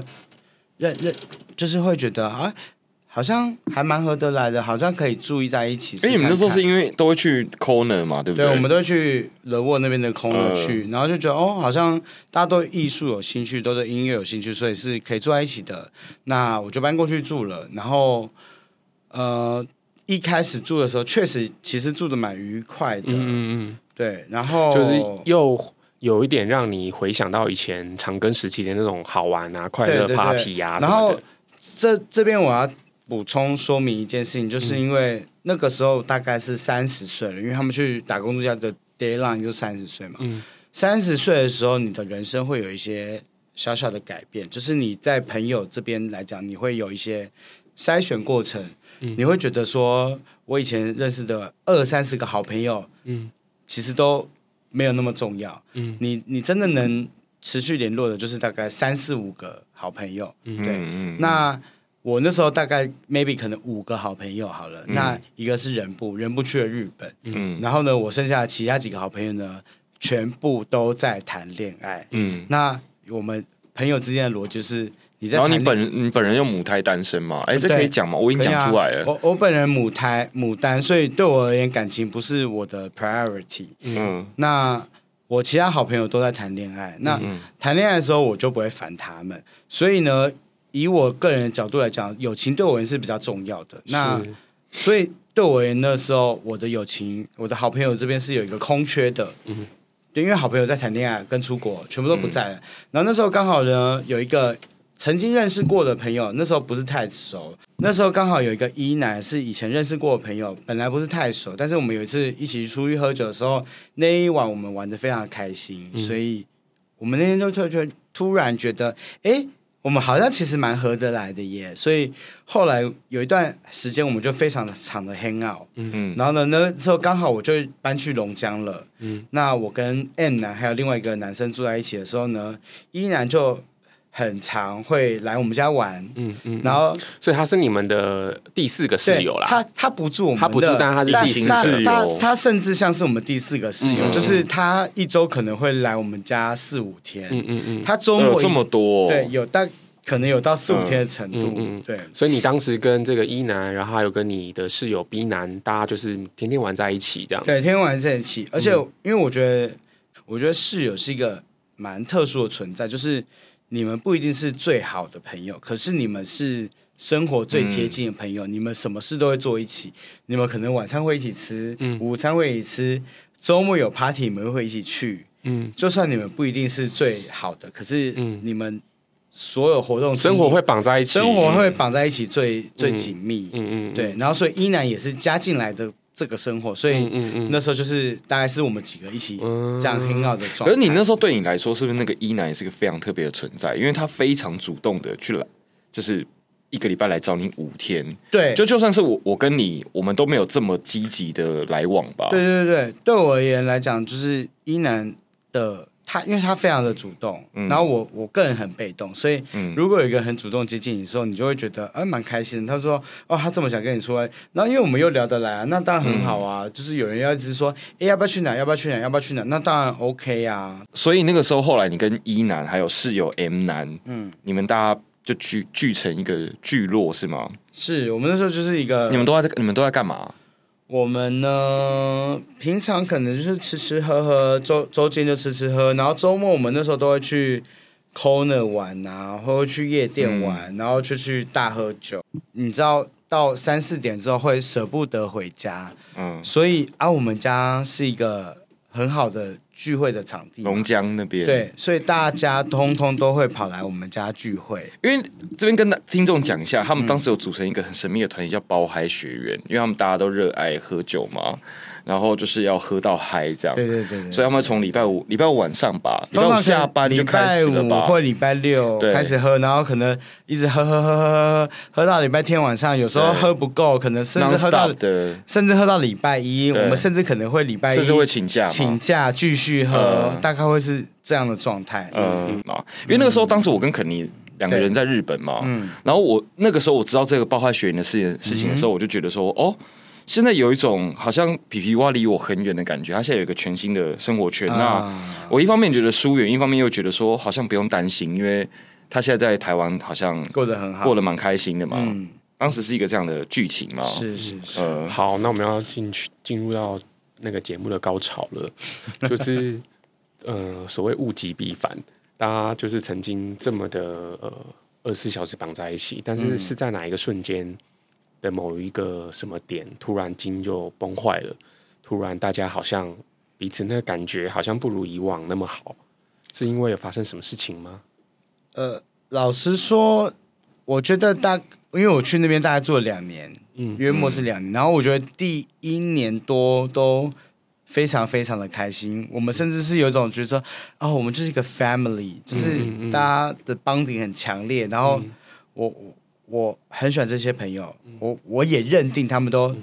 S2: 认认，就是会觉得啊，好像还蛮合得来的，好像可以注意在一起。
S1: 因为你们那时候
S2: 试看看
S1: 是因为都会去 corner 嘛，对不
S2: 对，我们
S1: 都
S2: 都会去勒沃那边的空
S3: 嗯
S2: 乐去，然后就觉得哦，好像大家对艺术有兴趣，都对音乐有兴趣，所以是可以住在一起的。那我就搬过去住了，然后呃，一开始住的时候，确实其实住的蛮愉快的，
S3: 嗯嗯
S2: 对，然
S3: 嗯，
S2: 后哦
S3: 就是又有一点让你回想到以前长庚时期的那种好玩啊、快乐
S2: 对对对
S3: party 啊什
S2: 然
S3: 么
S2: 后
S3: 的。
S2: 这这边我要补充说明一件事情，就是因为那个时候大概是三十岁了，因为他们去打工度假的 deadline 就三十岁嘛。
S3: 嗯
S2: 三十岁的时候，你的人生会有一些小小的改变，就是你在朋友这边来讲，你会有一些筛选过程，
S3: 嗯
S2: 你会觉得说，我以前认识的二三十个好朋友，
S3: 嗯
S2: 其实都没有那么重要。
S3: 嗯
S2: 你你真的能持续联络的，就是大概三四五个好朋友。对
S1: 嗯
S2: 那我那时候大概 maybe 可能五个好朋友好了，那一个是人部，人部去了日本，
S1: 嗯
S2: 然后呢，我剩下的其他几个好朋友呢，全部都在谈恋爱。
S1: 嗯，
S2: 那我们朋友之间的逻辑是，你在
S1: 然后你
S2: 谈恋哦
S1: 本人你本人又母胎单身嘛？哎，这
S2: 对
S1: 可以讲吗？我已经
S2: 可以啊
S1: 讲出来了。
S2: 我我本人母胎母单，所以对我而言，感情不是我的 priority。哦
S1: 嗯
S2: 那我其他好朋友都在谈恋爱，那谈恋爱的时候我就不会烦他们，所以呢，以我个人的角度来讲，友情对我而言是比较重要的。那
S3: 是
S2: 所以对我而言，那时候我的友情，我的好朋友这边是有一个空缺的。嗯，对，因为好朋友在谈恋爱跟出国，全部都不在了。然后那时候刚好呢，有一个曾经认识过的朋友，那时候不是太熟。那时候刚好有一个一男是以前认识过的朋友，本来不是太熟，但是我们有一次一起出去喝酒的时候，那一晚我们玩的非常开心，所以我们那天就突然突然觉得，哎，我们好像其实蛮合得来的耶。所以后来有一段时间，我们就非常的长的 hang out。
S1: 嗯
S2: 然后呢，那时候刚好我就搬去龙江了。嗯，那我跟 M 男还有另外一个男生住在一起的时候呢，依然就很常会来我们家玩。
S3: 嗯嗯，
S2: 然后
S3: 所以他是你们的第四个室
S2: 对
S3: 友啦。
S2: 他他不住我们的，
S3: 他不住但他是
S2: 但
S3: 地形
S2: 他
S1: 室友
S2: 他他甚至像是我们第四个室友，
S1: 嗯
S2: 就是他一周可能会来我们家四五天。
S3: 嗯嗯嗯。
S2: 他周
S1: 有
S2: 末
S1: 这么多哦，
S2: 对有大可能有到四五天的程度。
S3: 嗯嗯嗯
S2: 对，
S3: 所以你当时跟这个一男，然后还有跟你的室友 B 男，大家就是天天玩在一起这样。
S2: 对，天天晚上在一起，而且
S3: 嗯
S2: 因为我觉得，我觉得室友是一个蛮特殊的存在，就是你们不一定是最好的朋友，可是你们是生活最
S3: 嗯
S2: 接近的朋友，你们什么事都会做一起，你们可能晚餐会一起吃，
S3: 嗯
S2: 午餐会一起吃，周末有 party 你们会一起去，
S3: 嗯，
S2: 就算你们不一定是最好的，可是
S3: 嗯
S2: 你们所有活动是
S3: 生活会绑在一起，
S2: 生活会绑在一起最、最紧密，
S3: 嗯，嗯嗯，
S2: 对，然后所以依然也是加进来的这个生活，所以
S3: 嗯嗯嗯
S2: 那时候就是大概是我们几个一起这样 hang out 的状态。
S1: 可是你那时候对你来说，是不是那个一男也是个非常特别的存在？因为他非常主动的去来，就是一个礼拜来找你五天，
S2: 对，
S1: 就就算是我我跟你，我们都没有这么积极的来往吧？
S2: 对对对，对我而言来讲，就是依然的他，因为他非常的主动，
S1: 嗯
S2: 然后我我个人很被动，所以
S1: 嗯
S2: 如果有一个很主动接近你的时候，你就会觉得哎蛮开心的。他说哦，他这么想跟你出来，然后因为我们又聊得来啊，那当然很好啊。
S1: 嗯
S2: 就是有人要一直说哎要不要去哪，要不要去哪，要不要去哪，那当然 OK 啊。
S1: 所以那个时候，后来你跟一男还有室友 M 男，嗯，你们大家就聚聚成一个聚落是吗？
S2: 是我们那时候就是一个
S1: 你们都在你们都在干嘛？
S2: 我们呢，平常可能就是吃吃喝喝，周周间就吃吃喝，然后周末我们那时候都会去 corner 玩啊，或者去夜店
S1: 嗯
S2: 玩，然后就去大喝酒。你知道到三四点之后会舍不得回家，
S1: 嗯，
S2: 所以啊，我们家是一个很好的聚会的场地嘛，
S1: 龙江那边，，
S2: 对，所以大家通通都会跑来我们家聚会。
S1: 因为这边跟听众讲一下，
S2: 嗯
S1: 他们当时有组成一个很神秘的团体叫包嗨学员，因为他们大家都热爱喝酒嘛。然后就是要喝到嗨这样。
S2: 对对对对，
S1: 所以他们从礼拜五礼拜五晚上吧，礼拜
S2: 通
S1: 五
S2: 常
S1: 下班就
S2: 礼
S1: 开
S2: 拜
S1: 始了
S2: 五
S1: 吧。
S2: 或礼拜六
S1: 对
S2: 开始喝，然后可能一直喝喝喝喝喝喝，喝到礼拜天晚上，有时候
S1: 对
S2: 喝不够，可能甚至喝到
S1: nonstop 的，
S2: 甚至喝到礼拜一，
S1: 对
S2: 我们甚至可能会礼拜一
S1: 甚至会请假嘛
S2: 请假继续喝，
S1: 嗯
S2: 大概会是这样的状态。嗯，
S1: 嗯嘛，因为那个时候当时我跟肯尼两个人在日本嘛，
S2: 嗯
S1: 然后我那个时候我知道这个爆汗学员的事情事情的时候，我就觉得说，哦，现在有一种好像皮皮蛙离我很远的感觉，他现在有一个全新的生活圈。那
S2: 啊
S1: 我一方面觉得疏远，一方面又觉得说好像不用担心，因为他现在在台湾好像
S2: 过得很好，
S1: 过得蛮开心的嘛。
S2: 嗯，
S1: 当时是一个这样的剧情嘛，
S2: 是是是，
S1: 呃，
S3: 好，那我们要进去进入到那个节目的高潮 了，就是呃，所谓物极必反，大家就是曾经这么的呃二十四小时绑在一起，但
S2: 嗯
S3: 是是在哪一个瞬间的某一个什么点，突然筋就崩坏了，突然大家好像彼此那个感觉好像不如以往那么好，是因为有发生什么事情吗？
S2: 呃，老实说，我觉得大，因为我去那边大概住了两年，
S3: 嗯
S2: 约莫是两年，然后我觉得第一年多都非常非常的开心，我们甚至是有一种觉得说，哦，我们就是一个 family，就是
S3: 嗯
S2: 大家的帮 o 很强烈，然后我我我很喜欢这些朋友，
S3: 嗯
S2: 我我也认定他们都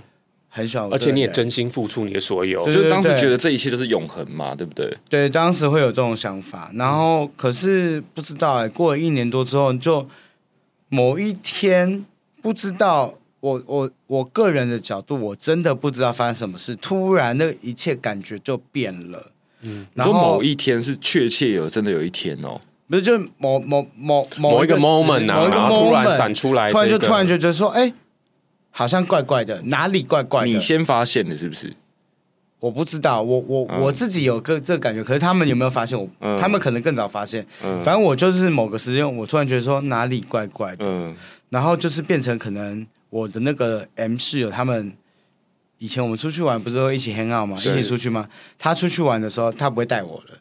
S2: 很喜欢我
S3: 而
S2: 这个
S3: 且
S2: 人，
S3: 你也真心付出你的所有
S2: 对，
S1: 就是当时
S2: 对
S1: 觉得这一切都是永恒嘛，对不对？
S2: 对，当时会有这种想法，然
S3: 嗯
S2: 后可是不知道哎、过了一年多之后，就某一天不知道，我我我个人的角度，我真的不知道发生什么事，突然那一切感觉就变了，嗯，
S1: 你
S2: 然
S1: 说
S2: 后
S1: 某一天是确切有真的有一天哦，
S2: 不是就某某某
S3: 某一
S2: 个
S3: 个
S2: 时
S3: moment
S2: 某
S3: 啊，
S2: 一个
S3: 然后突然
S2: moment，
S3: 闪出来这
S2: 突
S3: 个、
S2: 然就突然就觉得说，哎、好像怪怪的，哪里怪怪的？
S1: 你先发现的是不是？
S2: 我不知道，我我、我自己有个这个感觉，可是他们有没有发现我？
S1: 嗯
S2: 他们可能更早发现。
S1: 嗯
S2: 反正我就是某个时间，我突然觉得说哪里怪怪的，
S1: 嗯，
S2: 然后就是变成可能我的那个 M 室友他们。以前我们出去玩不是会一起 hang out 吗？一
S1: 是
S2: 起出去吗？他出去玩的时候，他不会带我了。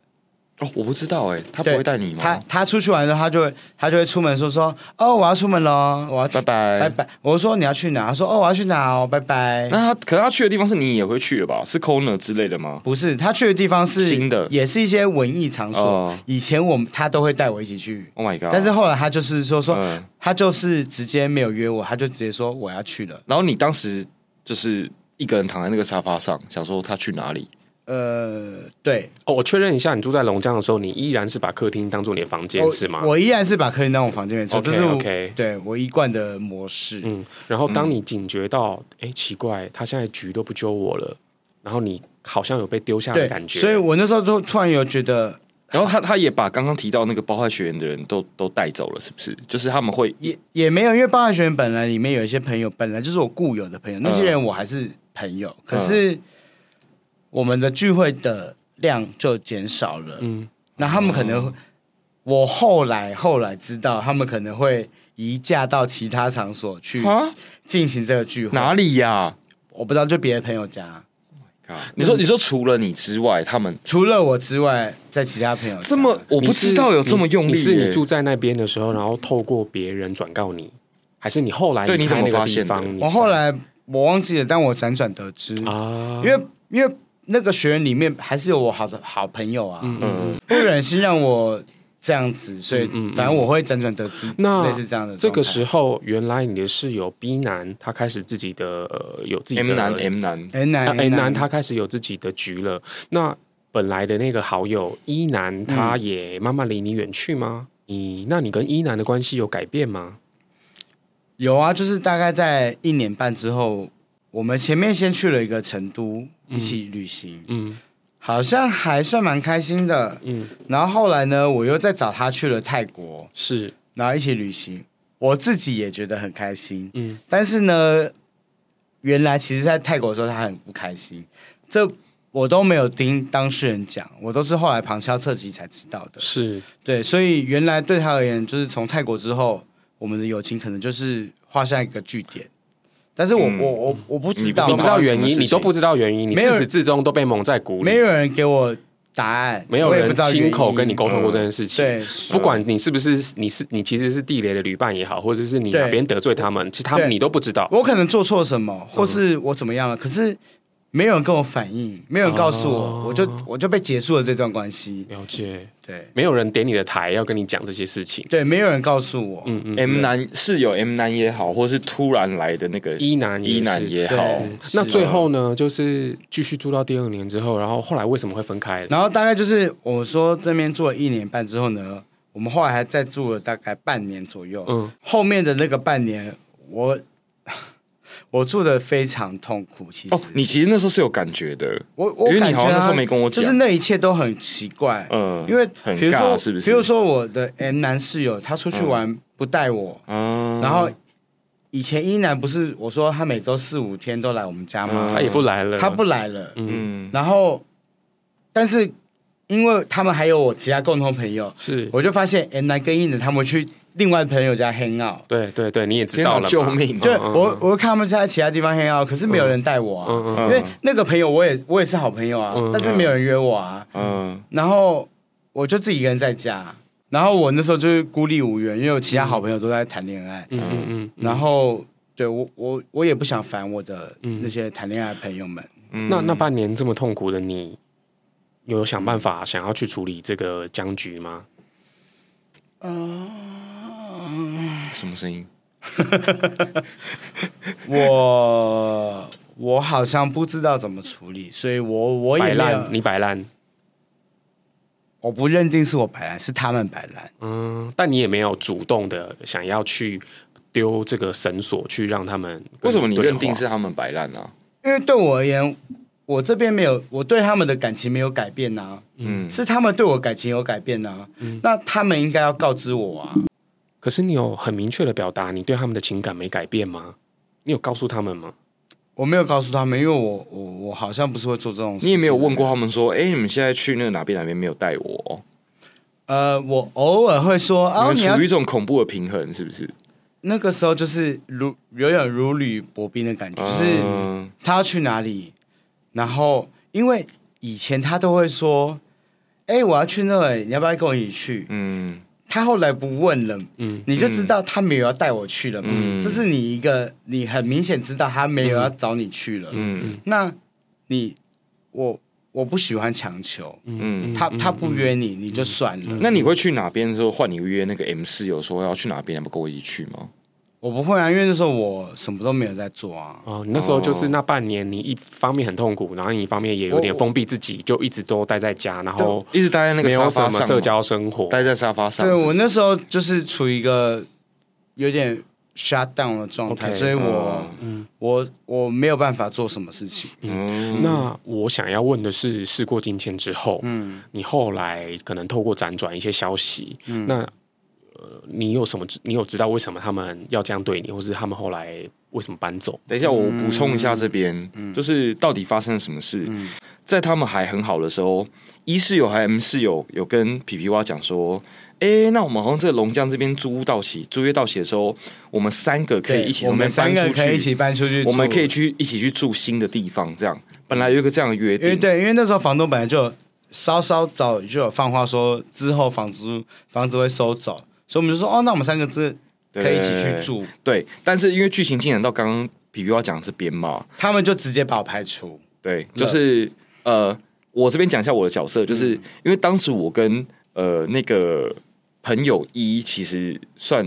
S1: 哦，我不知道哎、他不
S2: 对
S1: 会带你吗？
S2: 他他出去玩的时候，他就会他就会出门说说哦，我要出门喽，我要
S1: 拜
S2: 去
S1: 拜
S2: 拜。拜。我说你要去哪？他说哦，我要去哪哦，拜拜。
S1: 那他可能他去的地方是你也会去的吧？是 corner 之类的吗？
S2: 不是，他去的地方是
S1: 新的
S2: 也是一些文艺场所。
S1: 哦
S2: 以前我们他都会带我一起去，
S1: ，Oh
S3: 哦
S1: my god！
S2: 但是后来他就是说说、
S1: 嗯
S2: 他就是直接没有约我，他就直接说我要去了。
S1: 然后你当时就是一个人躺在那个沙发上，想说他去哪里？
S2: 呃，对，
S3: 哦，我确认一下，你住在龙江的时候，你依然是把客厅当做你的房间
S2: 我
S3: 是吗？
S2: 我依然是把客厅当我房间没错
S3: OK，
S2: 这是我
S3: OK
S2: 对我一贯的模式。
S3: 嗯，然后当你警觉到，哎、奇怪，他现在局都不揪我了，然后你好像有被丢下的
S2: 对
S3: 感，觉，
S2: 所以我那时候就突然有觉得，
S1: 然后他他也把刚刚提到那个包坏学员的人都都带走了，是不是？就是他们会
S2: 也也没有，因为八大学本来里面有一些朋友，本来就是我固有的朋友，那些人我还是朋
S1: 嗯
S2: 友，可是我们的聚会的量就减少了。
S3: 嗯，
S2: 那他们可
S1: 哦
S2: 能，我后来后来知道，他们可能会移驾到其他场所去
S1: 啊
S2: 进行这个聚会。
S1: 哪里呀、
S2: 我不知道，就别的朋友家，
S1: 你说你说除了你之外，他们
S2: 除了我之外，在其他朋友家
S1: 这么我
S3: 你
S1: 不
S3: 是
S1: 知道有这么用力、欸
S3: 你是
S1: 耶
S3: 你是你住在那边的时候，然后透过别人转告你，还是你后来
S1: 对
S3: 离
S1: 你怎
S3: 开
S1: 么
S3: 那个
S1: 发
S3: 地
S1: 现的
S3: 方？你
S2: 我后来我忘记了，但我辗转得知，
S1: 嗯
S3: 啊，
S2: 因为因为那个学员里面还是有我好的好朋友啊，
S1: 嗯
S2: 不忍心让我这样子，所以
S3: 嗯嗯嗯
S2: 反正我会辗转得知，
S3: 那
S2: 类似这样的状态。
S3: 这个时候，原来你的室友 B 男他开始自己的呃有自己的
S1: M 男 M 男，
S2: 哎男
S3: 哎，
S2: 哎
S3: 男他开始有自己的局了。那本来的那个好友一男，
S2: 嗯
S3: 他也慢慢离你远去吗？你那你跟一男的关系有改变吗？
S2: 有啊，就是大概在一年半之后，我们前面先去了一个成都一起旅行，
S3: 嗯
S2: 好像还算蛮开心的。
S3: 嗯，
S2: 然后后来呢，我又再找他去了泰国，
S3: 是
S2: 然后一起旅行，我自己也觉得很开心。
S3: 嗯
S2: 但是呢，原来其实，在泰国的时候，他很不开心，这我都没有听当事人讲，我都是后来旁敲侧击才知道的。
S3: 是
S2: 对，所以原来对他而言，就是从泰国之后，我们的友情可能就是画下一个句点。但是我、
S1: 嗯
S2: 我我我不知
S1: 你不
S2: 道，
S3: 你不知道原
S1: 什么事
S3: 因，
S1: 情
S3: 你都不知道原因，你
S2: 没有
S3: 自始至终都被蒙在鼓里，
S2: 没有人给我答案，
S3: 没有
S2: 我也不
S3: 人
S2: 知道
S3: 亲口
S2: 原因嗯
S3: 跟你沟通过这件事情。
S2: 对，
S3: 不管你是不是你是你其实是地雷的旅伴也好，或者是你
S2: 对
S3: 哪边得罪他们，其实他们
S2: 对
S3: 你都不知道。
S2: 我可能做错什么，或是我怎么样了，可是没有人跟我反应，没有人告诉我，
S3: 哦
S2: 我就我就被结束了这段关系。
S3: 了解，
S2: 对
S3: 没有人点你的台要跟你讲这些事情。
S2: 对，没有人告诉我。
S3: 嗯嗯，
S1: M 男是有 M 男也好，或是突然来的那个
S3: 一男也是
S1: 一男也
S2: 对
S1: 好，
S2: 是
S3: 那最后呢，就是继续住到第二年之后，然后后来为什么会分开？
S2: 然后大概就是我说这边住了一年半之后呢，我们后来还再住了大概半年左右。
S3: 嗯，
S2: 后面的那个半年，我 我住的非常痛苦。其实，
S1: 哦，你其实那时候是有感觉的，
S2: 我我
S1: 因为你
S2: 感觉、
S1: 好
S2: 啊、
S1: 像那时候没跟我讲
S2: 就是那一切都很奇怪。
S1: 呃，
S2: 因为
S1: 很
S2: 比如说
S1: 尬，是不是？
S2: 比如，说我的 M 男室友，他出去玩不带我，
S1: 嗯，
S2: 然后以前一男不是我说他每周四五天都来我们家吗？
S3: 他也不来了，
S2: 他不来了，
S3: 嗯
S1: 哎嗯，
S2: 然后但是因为他们还有我其他共同朋友，
S3: 是，
S2: 我就发现 M 男跟一男他们去另外朋友家 hang out，
S3: 对对对，你也知
S1: 天
S3: 道
S1: 哪，
S3: 了嘛，
S1: 救命！啊
S2: 就
S3: 嗯嗯
S2: 我我看他们在其他地方 hang out，可是没有人带我啊，
S3: 嗯嗯
S2: 因
S1: 嗯
S2: 为那个朋友我也我也是好朋友啊，
S3: 嗯
S2: 但是没有人约我啊，
S1: 嗯，
S2: 然后我就自己一个人在家，然后我那时候就是孤立无援，因为我其他好朋友都在谈恋爱，
S3: 嗯嗯嗯，嗯
S2: 然后对我我我也不想烦我的
S3: 嗯
S2: 那些谈恋爱的朋友们，
S1: 嗯
S3: 那那半年这么痛苦的你，有想办法想要去处理这个僵局吗？
S1: 什么声音？
S2: 我我好像不知道怎么处理，所以我我
S3: 摆
S2: 也没
S3: 烂，
S2: 有，
S3: 你摆烂，
S2: 我不认定是我摆烂，是他们摆烂。
S3: 嗯，但你也没有主动的想要去丢这个绳索去让他们跟
S1: 为什么你
S3: 对话
S1: 认定是他们摆烂啊？
S3: 嗯
S2: 因为对我而言，我这边没有，我对他们的感情没有改变呐、啊
S1: 嗯，
S2: 是他们对我感情有改变呐、啊那他们应该要告知我啊。
S3: 可是你有很明确的表达你对他们的情感没改变吗？你有告诉他们吗？
S2: 我没有告诉他们，因为我我我好像不是会做这种事情。啊
S1: 你也没有问过他们说，哎，你们现在去那个哪边哪边没有带我哦？
S2: 呃，我偶尔会说
S1: 你
S2: 哦，
S1: 们
S2: 你要
S1: 处于一种恐怖的平衡，是不是？
S2: 那个时候就是如有点如履薄冰的感觉，就是
S1: 嗯
S2: 他要去哪里，然后因为以前他都会说，哎、我要去那里，你要不要跟我一起去？
S1: 嗯
S2: 他后来不问了，
S3: 嗯
S2: 你就知道他没有要带我去了嘛，
S1: 嗯
S2: 这是你一个你很明显知道他没有要找你去了，
S1: 嗯
S2: 那你我我不喜欢强求，
S1: 嗯。
S2: 他他不约你，你就算
S3: 嗯
S2: 了。
S1: 那你会去哪边的时候换你约那个 M 室友说要去哪边，要不跟我一起去吗？
S2: 我不会啊，因为那时候我什么都没有在做啊。
S3: 哦，你那时候就是那半年，你一方面很痛苦，然后你一方面也有点封闭自己，就一直都待在家，然后
S1: 一直待在那个
S3: 没
S1: 沙
S3: 有什
S1: 发
S3: 么
S1: 上吗，
S3: 社交生活。
S1: 待在沙发上。
S2: 对
S1: 是不
S2: 我
S1: 是
S2: 那时候就是处于一个有点 shut down 的状态
S3: OK，
S2: 所以我、我我没有办法做什么事情。
S1: 嗯
S3: 那我想要问的是，事过境迁之后，嗯，你后来可能透过辗转一些消息，嗯，那呃，你有什么知？你有知道为什么他们要这样对你，或是他们后来为什么搬走？
S1: 等一下，我补充一下这边，
S2: 嗯
S1: 就是到底发生了什么事？在他们还很好的时候，一室友还 M 室友有跟皮皮蛙讲说：“哎、那我们好像这个龙江这边租屋到期，租约到期的时候，我们三个可以一起
S2: 对我
S1: 从那
S2: 们
S1: 边
S2: 三个
S1: 搬出
S2: 可以一起
S1: 去，
S2: 搬出去住，
S1: 我们可以去一起去住新的地方。”这样，本来有一个这样的约
S2: 因为
S1: 定，
S2: 对，因为那时候房东本来就有稍稍早就有放话说之后房租房子会收走，所以我们就说哦，那我们三个字
S1: 对
S2: 可以一起去住，
S1: 对但是因为剧情进展到刚刚皮皮蛙讲这边嘛，
S2: 他们就直接把我排除。
S1: 对，
S2: 那嗯
S1: 就是呃，我这边讲一下我的角色，就是、因为当时我跟呃那个朋友一其实算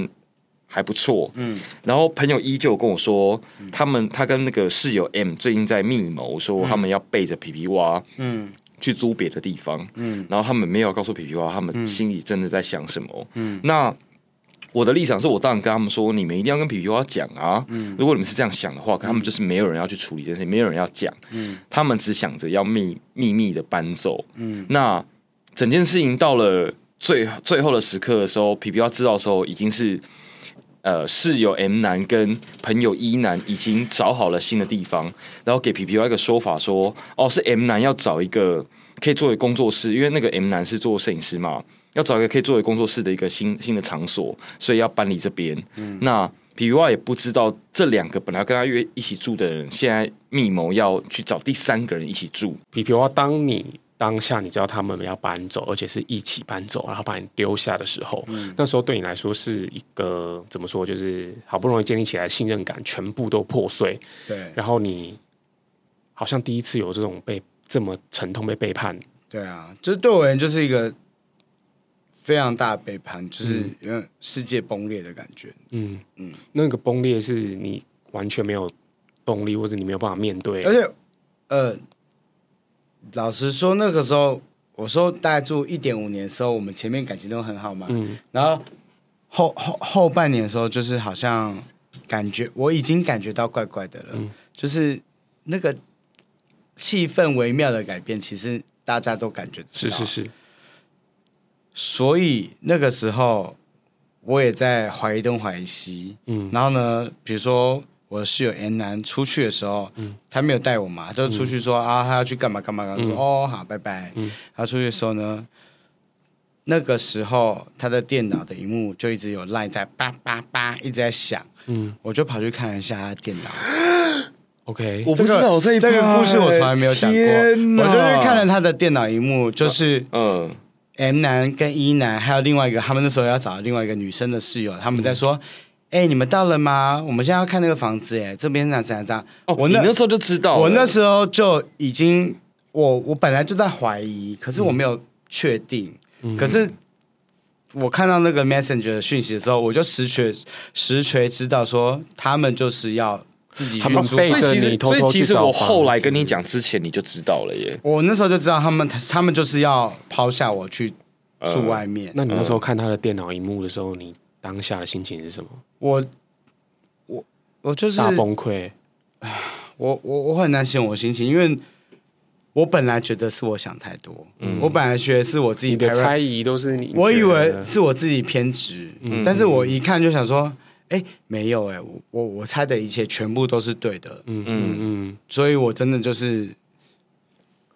S1: 还不错，嗯，然后朋友一就有跟我说，
S2: 嗯
S1: 他们他跟那个室友 M 最近在密谋，说他们要背着皮皮蛙，
S2: 嗯
S1: 去租别的地方，
S2: 嗯
S1: 然后他们没有告诉皮皮蛙，他们心里真的在想什么。嗯，那我的立场是我当然跟他们说，你们一定要跟皮皮蛙讲啊。
S2: 嗯
S1: 如果你们是这样想的话，可他们就是没有人要去处理这件事情，没有人要讲。他们只想着要秘秘密的搬走。
S2: 嗯
S1: 那整件事情到了最最后的时刻的时候，皮皮蛙知道的时候，已经是呃室友 M 男跟朋友一男已经找好了新的地方，然后给皮皮蛙一个说法说，哦，是 M 男要找一个可以作为工作室，因为那个 M 男是做摄影师嘛，要找一个可以作为工作室的一个新新的场所，所以要搬离这边。那皮皮蛙也不知道这两个本来跟他约一起住的人，现在密谋要去找第三个人一起住。
S3: 皮皮蛙，当你当下你知道他们要搬走，而且是一起搬走，然后把你丢下的时候，
S2: 嗯
S3: 那时候对你来说是一个怎么说，就是好不容易建立起来的信任感全部都破碎，
S2: 对，
S3: 然后你好像第一次有这种被这么沉痛被背叛。
S2: 对啊，就是对我而言就是一个非常大的背叛，就是
S1: 嗯
S2: 有点世界崩裂的感觉。
S3: 嗯嗯，那个崩裂是你完全没有动力，或者你没有办法面对。
S2: 而且，呃，老实说，那个时候我说大概住一点五年的时候，我们前面感情都很好嘛，
S3: 嗯
S2: 然后后后后半年的时候，就是好像感觉我已经感觉到怪怪的了，
S3: 嗯
S2: 就是那个气氛微妙的改变，其实大家都感觉得
S3: 是
S2: 到
S3: 是是，
S2: 所以那个时候我也在怀疑东怀疑西，
S3: 嗯
S2: 然后呢，比如说我的室友 N 男出去的时候，
S1: 嗯
S2: 他没有带我嘛，就出去说、啊，他要去干嘛干嘛干嘛，
S1: 嗯
S2: 说哦好，拜拜。他出去的时候呢，那个时候他的电脑的荧幕就一直有 line 在叭叭叭一直在响，
S3: 嗯
S2: 我就跑去看一下他的电脑，
S3: ，OK，
S1: 我不知道这一
S2: 这个
S1: 趴哎
S2: 故事我从来没有讲过，我
S1: 天哪
S2: 就是看了他的电脑荧幕，就是。
S1: 嗯，
S2: M 男跟 E 男还有另外一个，他们那时候要找另外一个女生的室友，他们
S1: 嗯
S2: 在说：“哎、你们到了吗？我们现在要看那个房子，哎，这边哪怎样怎样。”
S1: 哦，
S2: 我
S1: 你
S2: 那
S1: 那时候就知道了，
S2: 我那时候就已经，我我本来就在怀疑，
S1: 嗯
S2: 可是我没有确定，可是。我看到那个 Messenger 的讯息的时候，我就实锤实锤知道说，他们就是要自己
S3: 他们
S2: 运作。
S1: 所以
S3: 背
S1: 其
S3: 着你
S1: 实
S3: 偷偷
S1: 所
S3: 去
S1: 以其实
S3: 找
S1: 我
S3: 房
S1: 后来跟
S3: 子
S1: 你讲之前你就知道了耶，
S2: 我那时候就知道他们，他们就是要抛下我去
S1: 呃
S2: 住外面。
S3: 那你那时候看他的电脑荧幕的时候，你当下的心情是什么？
S2: 我我我就是
S3: 大崩溃。
S2: 我我我很难形容我心情，因为我本来觉得是我想太多，我本来觉得是我自
S3: 嗯
S2: 己
S3: 你的
S2: 偏
S3: 猜疑都是你，
S2: 我以
S3: 你觉嗯
S2: 为
S3: 得
S2: 是我自己偏执，但是我一看就想说，哎，没有哎、诶我我我猜的一切全部都是对的，
S3: 嗯嗯嗯，
S2: 所以我真的就是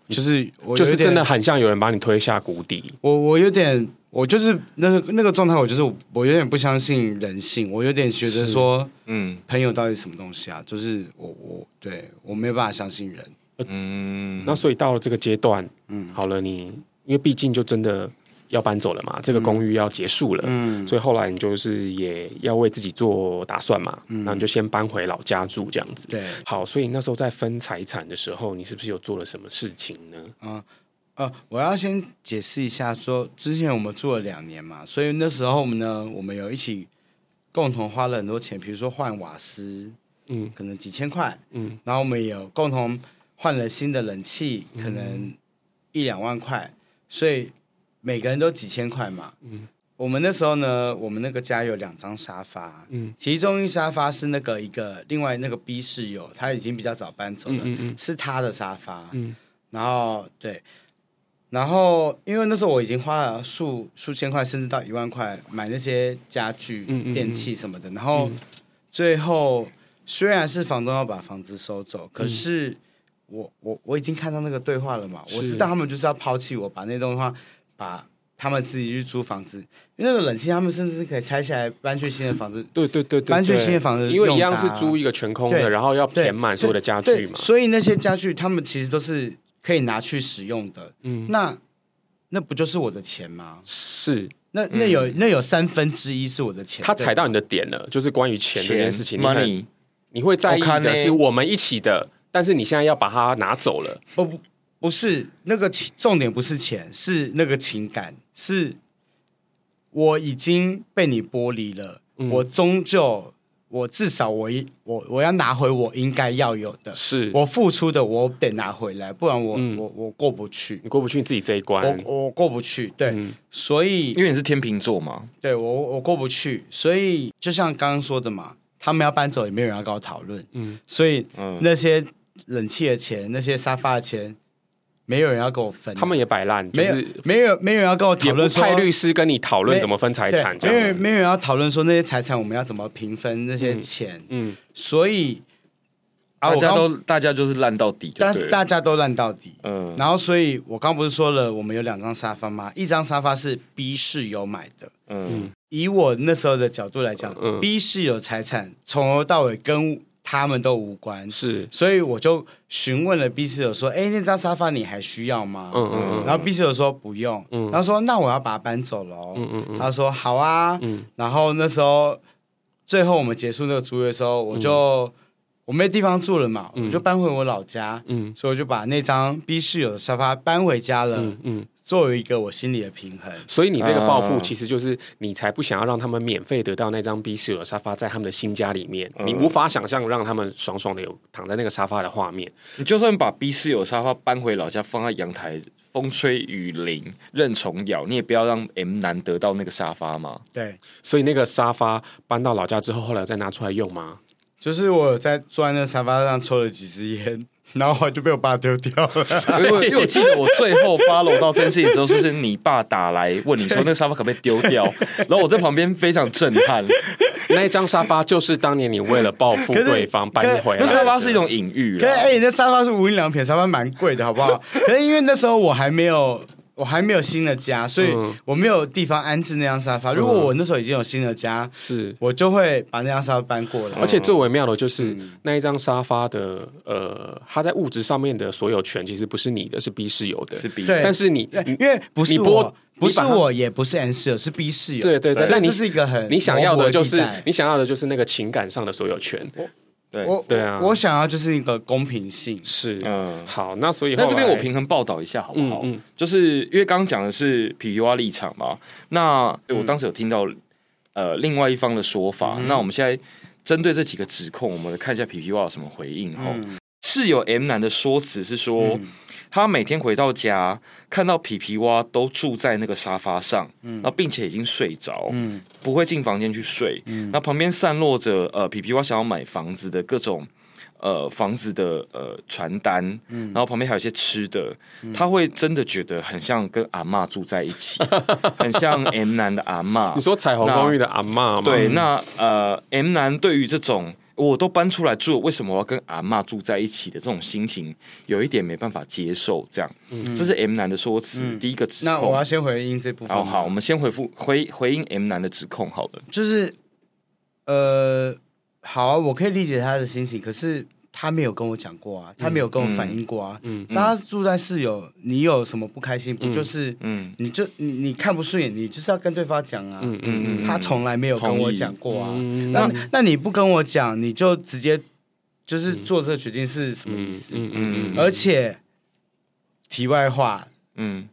S2: 就是我
S3: 就是
S2: 有点
S3: 真的，很像有人把你推下谷底。
S2: 我我有点，我就是那个那个状态，我就是我有点不相信人性，我有点觉得说
S1: 嗯
S2: 朋友到底什么东西啊？就是我我对我没有办法相信人。
S1: 嗯，
S3: 那所以到了这个阶段，嗯，好了你，因为毕竟就真的要搬走了嘛，这个公寓要结束了，嗯，所以后来你就是也要为自己做打算嘛，嗯，那你就先搬回老家住这样子。
S2: 对，
S3: 好，所以那时候在分财产的时候，你是不是有做了什么事情呢？
S2: 呃，我要先解释一下说之前我们住了两年嘛，所以那时候呢，我们有一起共同花了很多钱，比如说换瓦斯，
S3: 嗯，
S2: 可能几千块，
S3: 嗯，
S2: 然后我们也有共同换了新的冷气，可
S3: 嗯
S2: 能一两万块，所以每个人都几千块嘛，嗯。我们那时候呢，我们那个家有两张沙发，
S3: 嗯，
S2: 其中一沙发是那个一个另外那个 B 室友，他已经比较早搬走了，
S3: 嗯嗯
S2: 是他的沙发，
S3: 嗯
S2: 然后对，然后因为那时候我已经花了数数千块，甚至到一万块买那些家具、
S3: 嗯嗯嗯
S2: 电器什么的，然后最后虽然是房东要把房子收走，可是我我我已经看到那个对话了嘛，
S3: 嗯是
S2: 我知道他们就是要抛弃我，把那栋的话把。他们自己去租房子，因为那个冷气，他们甚至是可以拆下来搬去新的房子。
S3: 对对对对，
S2: 搬去
S3: 对
S2: 新的房子
S3: 因为一
S2: 用
S3: 样
S2: 的
S3: 是
S2: 啊
S3: 租一个全空的，
S2: 对
S3: 然后要
S2: 对
S3: 填满所有的家具
S2: 对，
S3: 嘛。
S2: 所以那些家具他们其实都是可以拿去使用的。嗯，那那不就是我的钱吗？
S3: 是嗯
S2: 那那有、那有三分之一是我的钱，
S3: 他踩到你的点了，就是关于钱这件事情，你很
S1: 嗯 money
S3: 你会在意
S1: 我看
S3: 的
S1: 呢
S3: 是我们一起的，但是你现在要把它拿走了。
S2: 哦不不不是那个情重点不是钱，是那个情感，是我已经被你剥离了，
S3: 嗯
S2: 我终究我至少我一我我要拿回我应该要有的，
S3: 是
S2: 我付出的我得拿回来，不然我、
S3: 嗯
S2: 我我过不去，
S3: 你过不去你自己这一
S2: 我
S3: 关。
S2: 我过不去，对，
S3: 嗯
S2: 所以
S1: 因为你是天秤座嘛，
S2: 对我我过不去，所以就像刚刚说的嘛，他们要搬走也没有人要跟我讨论，
S3: 嗯
S2: 所以
S1: 嗯
S2: 那些冷气的钱、那些沙发的钱，没有人要跟我分，
S3: 他们也摆烂，就
S2: 没有
S3: 是
S2: 没有没有人要跟我讨
S3: 也不
S2: 论说
S3: 派律师跟你讨论
S2: 没
S3: 怎么分财产这
S2: 对没有
S3: 样
S2: 人
S3: 子。
S2: 没有人要讨论说那些财产我们要怎么平分那些钱，
S3: 嗯，
S2: 所以啊，
S1: 大
S2: 我
S1: 家
S2: 刚
S1: 都大家就是烂到底就
S2: 大
S1: 对
S2: 大
S1: 了，
S2: 家都烂到底。
S1: 嗯
S2: 然后，所以我刚不是说了，我们有两张沙发吗？一张沙发是 B 室友买的，
S1: 嗯
S2: 以我那时候的角度来讲、
S3: 嗯
S2: b 是有财产，从头到尾跟他们都无关，
S3: 是，
S2: 所以我就询问了 B 室友说：“哎，那张沙发你还需要吗？”
S3: 嗯嗯
S2: 然后 B 室友说不用，然后说那我要把它搬走了、
S3: 嗯
S2: 哦，他说好啊，然后那时候最后我们结束那个租约的时候，我就我没地方住了嘛，我就搬回我老家，
S3: 嗯
S2: 所以我就把那张逼室友的沙发搬回家了，
S3: 嗯嗯。
S2: 作为一个我心里的平衡。
S3: 所以你这个报复，
S1: 啊
S3: 其实就是你才不想要让他们免费得到那张 B 室友沙发在他们的新家里面，
S2: 嗯
S3: 你无法想象让他们爽爽的有躺在那个沙发的画面。
S1: 你就算把 B 室友沙发搬回老家，放在阳台，风吹雨淋，任虫咬，你也不要让 M 男得到那个沙发嘛。
S2: 对，
S3: 所以那个沙发搬到老家之后，后来再拿出来用吗？
S2: 就是我有在坐在那沙发上抽了几支烟，然后后来就被我爸丢掉 了。
S1: 因为因为我记得我最后 follow 到这件事情的时候，就是你爸打来问你说那个沙发可不可以丢掉，然后我在旁边非常震撼。
S3: 那一张沙发就是当年你为了报复
S2: 可是
S3: 对方搬回来
S1: 那
S3: 的，
S1: 沙发是一种隐喻
S2: 可是
S3: 啊
S1: 啦，
S2: 哎、那沙发是无印良品沙发，蛮贵的，好不好？可是因为那时候我还没有。我还没有新的家，所以
S3: 嗯
S2: 我没有地方安置那张沙发。如果我那时候已经有新的家，
S3: 是。
S2: 我就会把那张沙发搬过来。
S3: 而且最微妙的就是、
S2: 嗯
S3: 那一张沙发的，呃，它在物质上面的所有权其实不是你的，是 B 室友的。
S1: 是比
S2: 对
S3: 但是你
S2: 对因为不
S3: 你
S2: 是
S3: 播
S2: 我，不
S3: 你
S2: 是
S3: 把它
S2: 我，也不是 N 室友，是 B 室友。
S3: 对对对，
S2: 所
S3: 那
S2: 以
S3: 你
S2: 这是一个很
S3: 你想要的就
S2: 模
S3: 是
S2: 糊地带
S3: 你想要的就是那个情感上的所有权，
S1: 对，
S2: 我
S3: 对啊
S2: 我想要就是一个公平性。
S3: 是
S1: 嗯
S3: 好，那所以
S1: 那这边
S3: 后
S1: 我
S3: 来
S1: 平衡报道一下好不好？
S3: 嗯嗯
S1: 就是因为刚刚讲的是 PUA 立场嘛，那
S2: 嗯
S1: 我当时有听到、呃另外一方的说法，那我们现在针对这几个指控，我们看一下 PUA 有什么回应哈。
S2: 嗯
S1: 室友 M 男的说辞是说，他每天回到家看到皮皮蛙都住在那个沙发上，那并且已经睡着，不会进房间去睡。那旁边散落着呃皮皮蛙想要买房子的各种呃房子的呃传单，然后旁边还有一些吃的，他会真的觉得很像跟阿嬷住在一起，很像 M 男的阿嬷。
S3: 你说彩虹公寓的阿嬷吗？
S1: 对，那呃，M 男对于这种我都搬出来住了，为什么我要跟阿嬷住在一起的这种心情，有一点没办法接受。这样，这是 M 男的说辞，第一个指
S3: 哦
S2: 嗯那我
S1: 控
S2: 要。啊先回应这部分。
S1: 好好，我，们先回复回回应 M 男的指控好了。
S2: 就是呃，好啊、我可以理解他的心情，可是他没有跟我讲过啊，他没有跟我反映过啊。嗯，大家住在室友，你有什么不开心，不就是
S1: 嗯
S2: 你就你你看不顺眼，你就是要跟对方讲啊。
S3: 嗯嗯
S1: 嗯
S3: 嗯，
S2: 他从来没有跟我讲过啊。
S3: 嗯
S2: 那那你不跟我讲，你就直接就是做这个决定是什么意思？
S3: 嗯嗯嗯，
S2: 而且，题外话，
S1: 嗯，